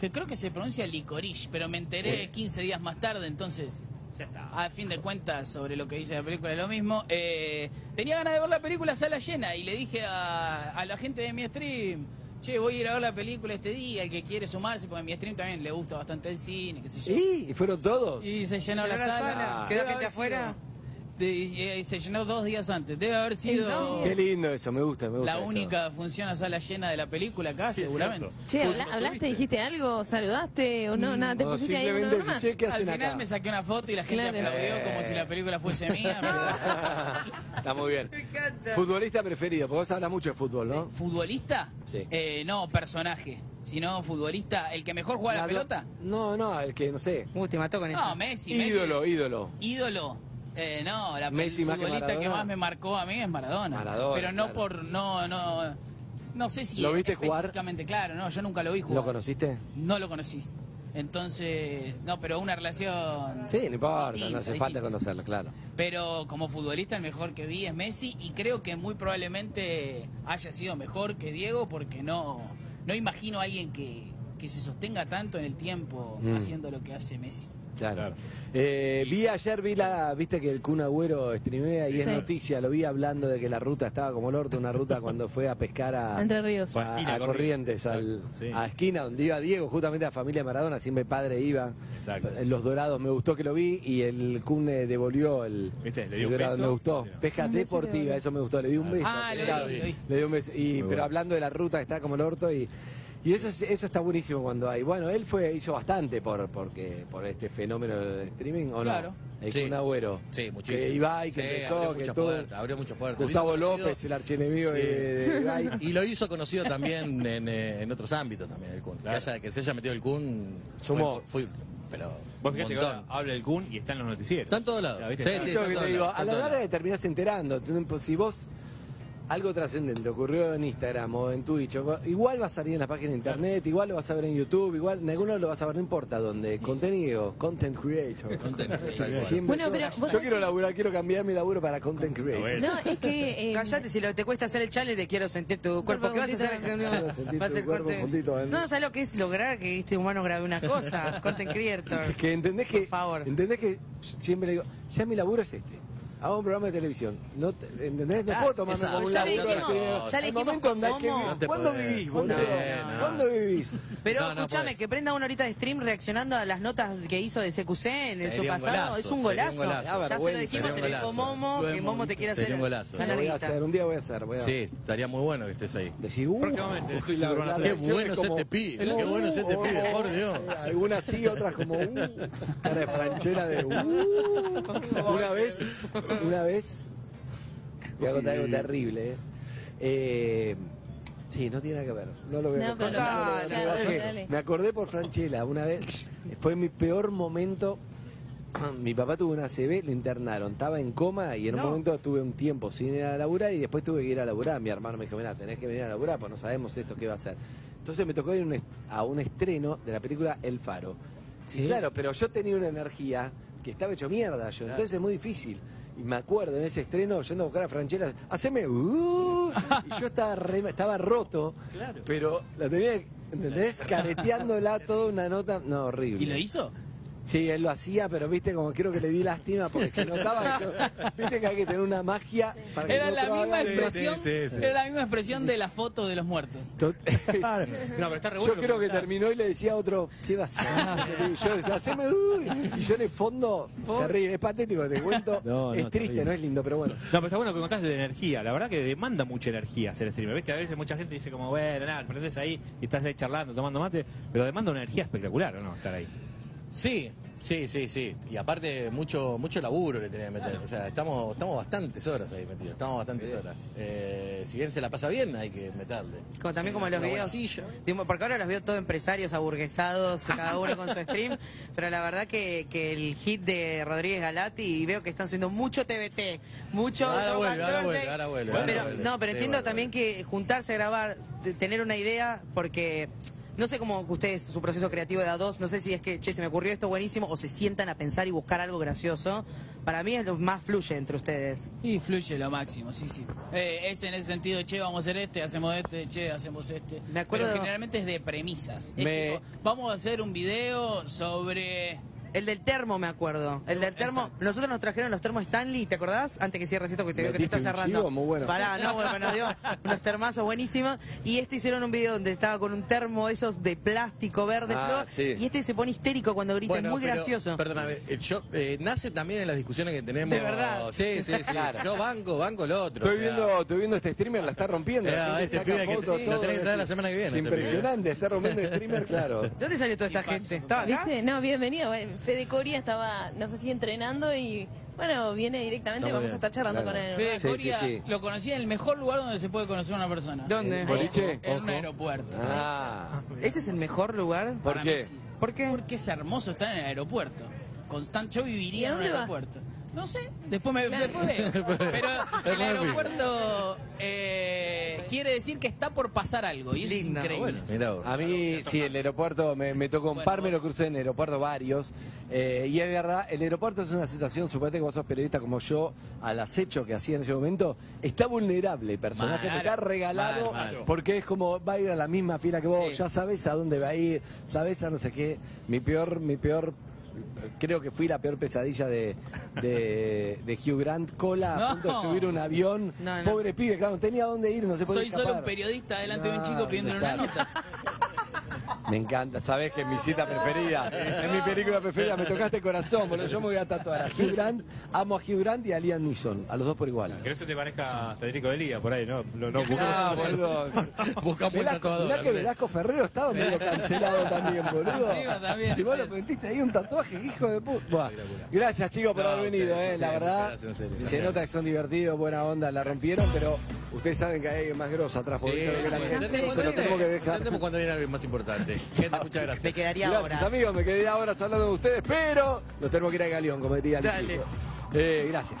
Speaker 6: que creo que se pronuncia Licorice, pero me enteré 15 días más tarde, entonces,
Speaker 4: Ya está.
Speaker 6: a fin de cuentas, sobre lo que dice la película es lo mismo. Eh, tenía ganas de ver la película sala llena y le dije a, a la gente de mi stream, che, voy a ir a ver la película este día, el que quiere sumarse, porque a mi stream también le gusta bastante el cine, qué sé yo.
Speaker 3: ¿Y? ¿Y fueron todos?
Speaker 6: Y se llenó la
Speaker 5: ¿Llenó
Speaker 6: sala.
Speaker 5: la
Speaker 3: sala?
Speaker 5: ¿Quedó
Speaker 6: Debe
Speaker 5: gente
Speaker 6: haber
Speaker 5: afuera?
Speaker 6: sido- de- y, eh, se llenó dos días antes. Debe haber sido
Speaker 3: Qué lindo eso, me gusta, me gusta.
Speaker 6: la
Speaker 3: eso.
Speaker 6: única función a sala llena de la película acá,
Speaker 4: Sí, es
Speaker 6: seguramente.
Speaker 4: cierto.
Speaker 1: Che, habla-
Speaker 4: ¿Lo
Speaker 1: ¿hablaste,
Speaker 4: tuviste?
Speaker 1: dijiste algo, saludaste o no? Nada, te
Speaker 3: No,
Speaker 1: pusiste ahí uno
Speaker 3: simplemente
Speaker 1: nomás.
Speaker 3: che, ¿qué
Speaker 6: Al
Speaker 3: hacen
Speaker 6: final
Speaker 3: acá?
Speaker 6: me saqué una foto y la gente
Speaker 1: Claro.
Speaker 6: aplaudió
Speaker 3: Eh.
Speaker 6: como si la película fuese
Speaker 3: [LAUGHS]
Speaker 6: mía. pero-
Speaker 3: [LAUGHS] Está muy bien. Futbolista preferido, porque vos hablas mucho de fútbol, ¿no?
Speaker 6: ¿Futbolista?
Speaker 3: Sí.
Speaker 6: Eh, no, personaje. Sino futbolista, el que mejor juega la,
Speaker 3: Nado-
Speaker 6: pelota.
Speaker 3: No, no, el que no sé.
Speaker 5: Uh, te mató con
Speaker 6: No,
Speaker 5: eso.
Speaker 6: Messi. Messi.
Speaker 3: ídolo, ídolo.
Speaker 6: ídolo. Eh, no, la
Speaker 3: Messi
Speaker 6: el
Speaker 3: más que
Speaker 6: futbolista que,
Speaker 3: Maradona.
Speaker 6: más me marcó a mí es Maradona.
Speaker 3: Maradona,
Speaker 6: pero no
Speaker 3: claro.
Speaker 6: por no no no sé si
Speaker 3: ¿Lo viste jugar?
Speaker 6: específicamente claro, no, yo nunca lo vi jugar.
Speaker 3: ¿Lo conociste?
Speaker 6: No lo conocí. Entonces, no, pero una relación
Speaker 3: Sí, no importa,
Speaker 6: distinta,
Speaker 3: no hace falta
Speaker 6: distinta.
Speaker 3: conocerlo, claro.
Speaker 6: Pero como futbolista el mejor que vi es Messi y creo que muy probablemente haya sido mejor que Diego porque no no imagino a alguien que, que se sostenga tanto en el tiempo
Speaker 3: Mm.
Speaker 6: haciendo lo que hace Messi.
Speaker 3: Claro.
Speaker 4: Claro.
Speaker 3: Eh, vi ayer, vi la, viste que el Kun Agüero streamea y es noticia, lo vi hablando de que la ruta estaba como el orto, una ruta cuando fue a pescar a,
Speaker 1: Entre Ríos.
Speaker 4: Bueno.
Speaker 3: a,
Speaker 4: Esquina,
Speaker 3: a
Speaker 4: Corrientes.
Speaker 3: Corrientes, al,
Speaker 4: Sí.
Speaker 3: a Esquina, donde iba Diego, justamente la familia de Maradona, siempre padre iba.
Speaker 4: Exacto.
Speaker 3: En Los Dorados me gustó que lo vi y el Kun eh, devolvió el,
Speaker 4: ¿Viste? Le
Speaker 3: el
Speaker 4: dio un
Speaker 3: Dorado,
Speaker 4: beso.
Speaker 3: me gustó.
Speaker 4: Sí, no.
Speaker 3: Pesca
Speaker 1: Un beso le
Speaker 3: deportiva,
Speaker 1: devolvió.
Speaker 3: eso me gustó, le di un beso.
Speaker 6: Ah, lo vi,
Speaker 3: Claro,
Speaker 6: lo vi.
Speaker 3: Le di un beso. Y, pero
Speaker 4: bueno.
Speaker 3: hablando de la ruta que está como el orto y... Y eso, es- eso está buenísimo cuando hay. Bueno, él fue hizo bastante por porque por este fenómeno de streaming, ¿o
Speaker 6: Claro.
Speaker 3: no? El
Speaker 7: Sí.
Speaker 3: Kun Agüero.
Speaker 7: Sí, muchísimo.
Speaker 3: Que Ibai, que
Speaker 7: Sí,
Speaker 3: empezó,
Speaker 7: abrió
Speaker 3: que
Speaker 7: muchas
Speaker 3: todo.
Speaker 7: puertas, abrió muchas puertas.
Speaker 3: Gustavo
Speaker 7: Hubiese conocido-
Speaker 3: López, el archienemigo
Speaker 7: Sí.
Speaker 3: de, de
Speaker 7: [LAUGHS]
Speaker 3: Ibai.
Speaker 7: Y lo hizo conocido también en, eh, en otros ámbitos también el Kun.
Speaker 4: Claro.
Speaker 7: Que, haya- que se haya metido el Kun.
Speaker 3: Sumó.
Speaker 7: Fue, fue- pero.
Speaker 4: Vos
Speaker 7: un
Speaker 4: fijate que
Speaker 7: montón.
Speaker 4: ahora habla el Kun y está en los noticieros.
Speaker 7: Está en todos lados.
Speaker 4: Ya, ¿viste?
Speaker 7: Sí,
Speaker 3: Yo
Speaker 7: sí.
Speaker 3: creo que
Speaker 7: está
Speaker 3: te
Speaker 7: todo
Speaker 3: digo,
Speaker 7: bien,
Speaker 3: a la
Speaker 7: está todo
Speaker 3: larga te
Speaker 7: bien.
Speaker 3: terminás enterando. Tipo, Si vos algo trascendente ocurrió en Instagram o en Twitch, o- igual va a salir en las páginas de internet, igual lo vas a ver en YouTube, igual en alguno lo vas a ver, no importa dónde. Contenido, content creator.
Speaker 7: [LAUGHS] Content creator,
Speaker 3: Siempre
Speaker 7: igual.
Speaker 1: Bueno,
Speaker 3: yo-
Speaker 1: pero vos-
Speaker 3: yo quiero laburar, quiero cambiar mi laburo para content creator.
Speaker 4: Bueno.
Speaker 1: No,
Speaker 5: [LAUGHS]
Speaker 1: es que... eh,
Speaker 5: Callate si lo, te cuesta hacer el challenge de quiero sentir tu cuerpo. ¿Qué vas a
Speaker 1: juntito.
Speaker 5: hacer?
Speaker 3: Quiero sentir
Speaker 5: [LAUGHS] Vas a
Speaker 3: tu
Speaker 5: hacer
Speaker 3: cuerpo
Speaker 5: content-
Speaker 3: juntito, Andy.
Speaker 5: No, ¿sabes lo que es lograr que este humano grabe una cosa? Content creator.
Speaker 3: Es que entendés que,
Speaker 5: Por favor.
Speaker 3: entendés que siempre digo, ya mi laburo es este. Hago un programa de televisión. No te- ¿Entendés? No
Speaker 7: Ah,
Speaker 3: puedo tomarme
Speaker 7: exacto.
Speaker 3: como un
Speaker 7: Ya
Speaker 3: laburo.
Speaker 7: le dijimos-
Speaker 3: así.
Speaker 7: ya
Speaker 3: El
Speaker 5: le dijimos
Speaker 3: momento en
Speaker 5: con
Speaker 3: el que-
Speaker 5: Momo.
Speaker 3: ¿Cuándo
Speaker 7: No te podés.
Speaker 3: vivís, boludo?
Speaker 7: No, no.
Speaker 3: ¿Cuándo vivís?
Speaker 5: Pero
Speaker 7: No, no
Speaker 5: escúchame,
Speaker 7: podés.
Speaker 5: que prenda una horita de stream reaccionando a las notas que hizo de CQC en
Speaker 7: Sería
Speaker 5: su
Speaker 7: un
Speaker 5: pasado. es
Speaker 7: golazo,
Speaker 5: un
Speaker 7: sería un
Speaker 5: golazo.
Speaker 7: golazo.
Speaker 5: Ya se lo
Speaker 3: Vergüenza,
Speaker 5: dijimos,
Speaker 7: sería un
Speaker 5: te dijo
Speaker 7: golazo.
Speaker 5: Momo,
Speaker 7: Lo
Speaker 5: que
Speaker 7: hemos
Speaker 5: Momo te quiere
Speaker 7: visto,
Speaker 5: hacer
Speaker 7: sería un golazo.
Speaker 5: una
Speaker 3: Lo voy a
Speaker 5: larguita.
Speaker 3: hacer, un día voy a hacer. Voy a
Speaker 7: Sí, estaría muy bueno que estés ahí.
Speaker 3: Decir, uh,
Speaker 4: Próximamente, estoy
Speaker 3: la-
Speaker 4: seguro,
Speaker 3: la
Speaker 4: Qué
Speaker 7: Qué
Speaker 3: reacción
Speaker 7: bueno
Speaker 3: es
Speaker 7: es
Speaker 3: como,
Speaker 7: este pibe, qué bueno es este
Speaker 3: oh,
Speaker 7: pibe,
Speaker 3: oh,
Speaker 7: por
Speaker 3: oh.
Speaker 7: Dios.
Speaker 3: Algunas sí, otras como uh, cara de franchera de uh. Una vez, una vez, voy a contar algo terrible. eh. Eh, Sí, no tiene nada que ver. No lo voy a
Speaker 1: No, pero-
Speaker 3: comparar.
Speaker 5: Dale,
Speaker 3: Me acordé-
Speaker 1: dale.
Speaker 3: Me acordé por Franchella una vez. Fue mi peor momento. [COUGHS] Mi papá tuvo una CB, lo internaron, estaba en coma y en un
Speaker 5: No.
Speaker 3: momento tuve un tiempo sin ir a laburar y después tuve que ir a laburar. Mi hermano me dijo, mira, tenés que venir a laburar, pues no sabemos esto qué va a ser. Entonces me tocó ir a un est- a un estreno de la película El Faro. Sí, claro, pero yo tenía una energía que estaba hecho mierda yo, entonces es muy difícil. Y me acuerdo en ese estreno yendo a buscar a Franchella, haceme uh", y yo estaba re- estaba roto,
Speaker 4: Claro.
Speaker 3: pero la tenía, ¿entendés? Careteándola toda una nota, no, horrible.
Speaker 6: ¿Y lo hizo?
Speaker 3: Sí, él lo hacía, pero viste como creo que le di lástima porque se notaba que yo-
Speaker 6: [LAUGHS]
Speaker 3: viste que hay que tener una magia para que
Speaker 6: Era
Speaker 3: el
Speaker 6: la
Speaker 3: otro
Speaker 6: misma
Speaker 3: haga-
Speaker 6: expresión,
Speaker 4: sí, sí, sí.
Speaker 6: era la misma expresión de la foto de los muertos.
Speaker 3: Tot- [LAUGHS]
Speaker 4: No, pero está re
Speaker 3: Yo
Speaker 4: bueno
Speaker 3: creo que
Speaker 4: está-
Speaker 3: terminó y le decía a otro, ¿qué vas a
Speaker 6: Ah.
Speaker 3: hacer? Y yo decía, haceme uy". Y yo en el fondo, terrible, es patético, te cuento.
Speaker 4: No, no,
Speaker 3: es triste,
Speaker 4: terrible.
Speaker 3: no es lindo, pero bueno.
Speaker 4: No, pero está bueno que contaste de energía. La verdad que demanda mucha energía hacer streamer. Viste, a veces mucha gente dice como, bueno, nada, prendes ahí y estás ahí charlando, tomando mate, pero demanda una energía espectacular, ¿o no? Estar ahí.
Speaker 7: Sí, sí, sí, sí. Y aparte, mucho mucho laburo le tenés que meter. O sea, estamos, estamos bastantes horas ahí metidos. Estamos bastantes horas. Eh, si bien se la pasa bien, hay que meterle.
Speaker 5: Como, también como los
Speaker 7: La
Speaker 5: videos.
Speaker 7: bolsilla.
Speaker 5: Digo, Porque ahora los veo todos empresarios
Speaker 7: [LAUGHS]
Speaker 5: aburguesados, cada uno con su stream. Pero la verdad que, que el hit de Rodríguez Galati, y veo que están haciendo mucho TBT, mucho.
Speaker 7: Ahora
Speaker 5: Rock
Speaker 7: vuelve,
Speaker 5: and
Speaker 7: ahora
Speaker 5: Roll
Speaker 7: vuelve,
Speaker 5: Day.
Speaker 7: ahora vuelve, ahora
Speaker 5: Pero-
Speaker 7: vuelve.
Speaker 5: No, pero
Speaker 7: Sí,
Speaker 5: entiendo
Speaker 7: vuelve,
Speaker 5: también que juntarse a grabar, de- tener una idea, porque. No sé cómo ustedes, su proceso creativo de a dos, no sé si es que, che, se me ocurrió esto buenísimo, o se sientan a pensar y buscar algo gracioso. Para mí es lo más fluye entre ustedes.
Speaker 6: Y fluye lo máximo, sí, sí. Eh, es en ese sentido, che, vamos a hacer este, hacemos este, che, hacemos este.
Speaker 5: Me acuerdo-
Speaker 6: Pero generalmente es de premisas. Es
Speaker 3: Me-
Speaker 6: tipo, vamos a hacer un video sobre...
Speaker 5: El del termo, me acuerdo. El del termo. Nosotros nos trajeron los termos Stanley, ¿te acordás? Antes que cierres esto, que te veo que te
Speaker 3: Metiste
Speaker 5: estás
Speaker 3: un
Speaker 5: cerrando.
Speaker 3: chivo muy bueno.
Speaker 5: Pará, no, bueno, nos dio unos termazos buenísimos. Y este hicieron un video donde estaba con un termo esos de plástico verde.
Speaker 3: Ah,
Speaker 5: flor,
Speaker 3: sí.
Speaker 5: Y este se pone histérico cuando grita.
Speaker 7: Bueno,
Speaker 5: es muy
Speaker 7: pero,
Speaker 5: gracioso.
Speaker 7: Perdóname, eh, yo, eh, nace también en las discusiones que tenemos.
Speaker 5: De verdad.
Speaker 7: Sí, sí, sí. Yo banco, banco el otro.
Speaker 3: Estoy
Speaker 7: o sea,
Speaker 3: viendo, estoy viendo este streamer, la está rompiendo.
Speaker 7: Era
Speaker 3: la gente
Speaker 7: este
Speaker 3: saca
Speaker 7: pibe que-
Speaker 3: fotos,
Speaker 7: sí,
Speaker 3: todo,
Speaker 7: lo tenés que traer la
Speaker 3: es
Speaker 7: semana que viene, este pibe.
Speaker 3: Impresionante, está rompiendo el streamer, claro.
Speaker 7: [LAUGHS]
Speaker 5: ¿De ¿Dónde salió toda esta
Speaker 6: Y pasa.
Speaker 5: gente? ¿Estaba acá?
Speaker 1: ¿Viste? No, bienvenido. eh. Fede Coria estaba, no sé si entrenando y, bueno, viene directamente,
Speaker 7: Está muy
Speaker 1: vamos
Speaker 7: bien,
Speaker 1: a estar charlando
Speaker 3: claro.
Speaker 1: con él.
Speaker 6: Fede
Speaker 3: Sí, sí,
Speaker 6: Coria
Speaker 3: sí.
Speaker 6: lo conocía en el mejor lugar donde se puede conocer una persona. Eh,
Speaker 5: ¿Dónde?
Speaker 3: ¿El boliche?
Speaker 6: En
Speaker 3: Ojo.
Speaker 6: un aeropuerto.
Speaker 3: Ah,
Speaker 5: ¿Ese es el mejor lugar?
Speaker 3: ¿por
Speaker 6: Para
Speaker 3: qué?
Speaker 6: mí sí.
Speaker 5: ¿Por qué?
Speaker 6: Porque es hermoso estar en el aeropuerto. Constant, yo
Speaker 1: ¿Y
Speaker 6: viviría en un
Speaker 1: dónde va?
Speaker 6: aeropuerto. No sé, después me después
Speaker 3: [LAUGHS]
Speaker 6: veo. Pero el aeropuerto eh, quiere decir que está por pasar algo. Y eso es
Speaker 5: Linda,
Speaker 6: increíble.
Speaker 5: bueno.
Speaker 7: Mirá vos.
Speaker 3: A mí, sí, el aeropuerto me, me tocó un par, me lo crucé en el aeropuerto varios. eh, y es verdad, el aeropuerto es una situación, suponete que vos sos periodista como yo, al acecho que hacía en ese momento, está vulnerable el personaje,
Speaker 6: Mal,
Speaker 3: te está regalado,
Speaker 6: mal, mal.
Speaker 3: porque es como, va a ir a la misma fila que vos,
Speaker 6: Sí.
Speaker 3: ya sabes a dónde va a ir, sabes a no sé qué. Mi peor, mi peor. Creo que fui la peor pesadilla de, de,
Speaker 6: [LAUGHS]
Speaker 3: de Hugh Grant. Cola a punto de
Speaker 6: No.
Speaker 3: subir un avión.
Speaker 5: No, no.
Speaker 3: Pobre pibe, claro, no tenía dónde ir, no se podía
Speaker 6: Soy solo un
Speaker 3: escapar.
Speaker 6: periodista delante de un
Speaker 3: No,
Speaker 6: chico pidiendo una
Speaker 3: exacto.
Speaker 6: nota.
Speaker 3: [LAUGHS] Me encanta, sabes que es mi cita preferida, es mi película preferida, me tocaste el corazón, boludo, yo me voy a tatuar a Hugh Grant, amo a Hugh Grant y a Liam Neeson, a los dos por igual.
Speaker 4: Que no se te parezca a Federico Delía por ahí, ¿no? No, no,
Speaker 3: Ah, boludo.
Speaker 7: Buscamos un
Speaker 3: Velasco,
Speaker 7: tatuador,
Speaker 3: mirá que
Speaker 7: olvidate.
Speaker 3: Velasco Ferrero estaba medio cancelado también, boludo.
Speaker 6: Arriba también.
Speaker 3: Si vos lo metiste ahí un tatuaje, hijo de puta. Buah. Gracias chicos por
Speaker 7: No,
Speaker 3: haber venido,
Speaker 7: ustedes,
Speaker 3: eh, la
Speaker 7: ustedes,
Speaker 3: verdad.
Speaker 7: gracias, en serio.
Speaker 3: Se nota que son divertidos, buena onda, la rompieron, pero ustedes saben que hay alguien más grosso atrás, porque
Speaker 7: Sí,
Speaker 3: creo que la
Speaker 7: bueno,
Speaker 3: gente
Speaker 7: entendemos
Speaker 3: se lo
Speaker 7: cuando-
Speaker 3: tengo que dejar.
Speaker 7: entendemos cuando viene algo más importante. Gente, muchas gracias.
Speaker 5: Me quedaría
Speaker 3: Gracias,
Speaker 5: horas.
Speaker 3: amigos, me quedé ahora hablando de ustedes, pero nos tenemos que ir a Galeón, como diría Luisito.
Speaker 5: Dale.
Speaker 3: Eh, gracias.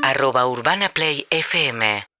Speaker 8: arroba Urbana Play FM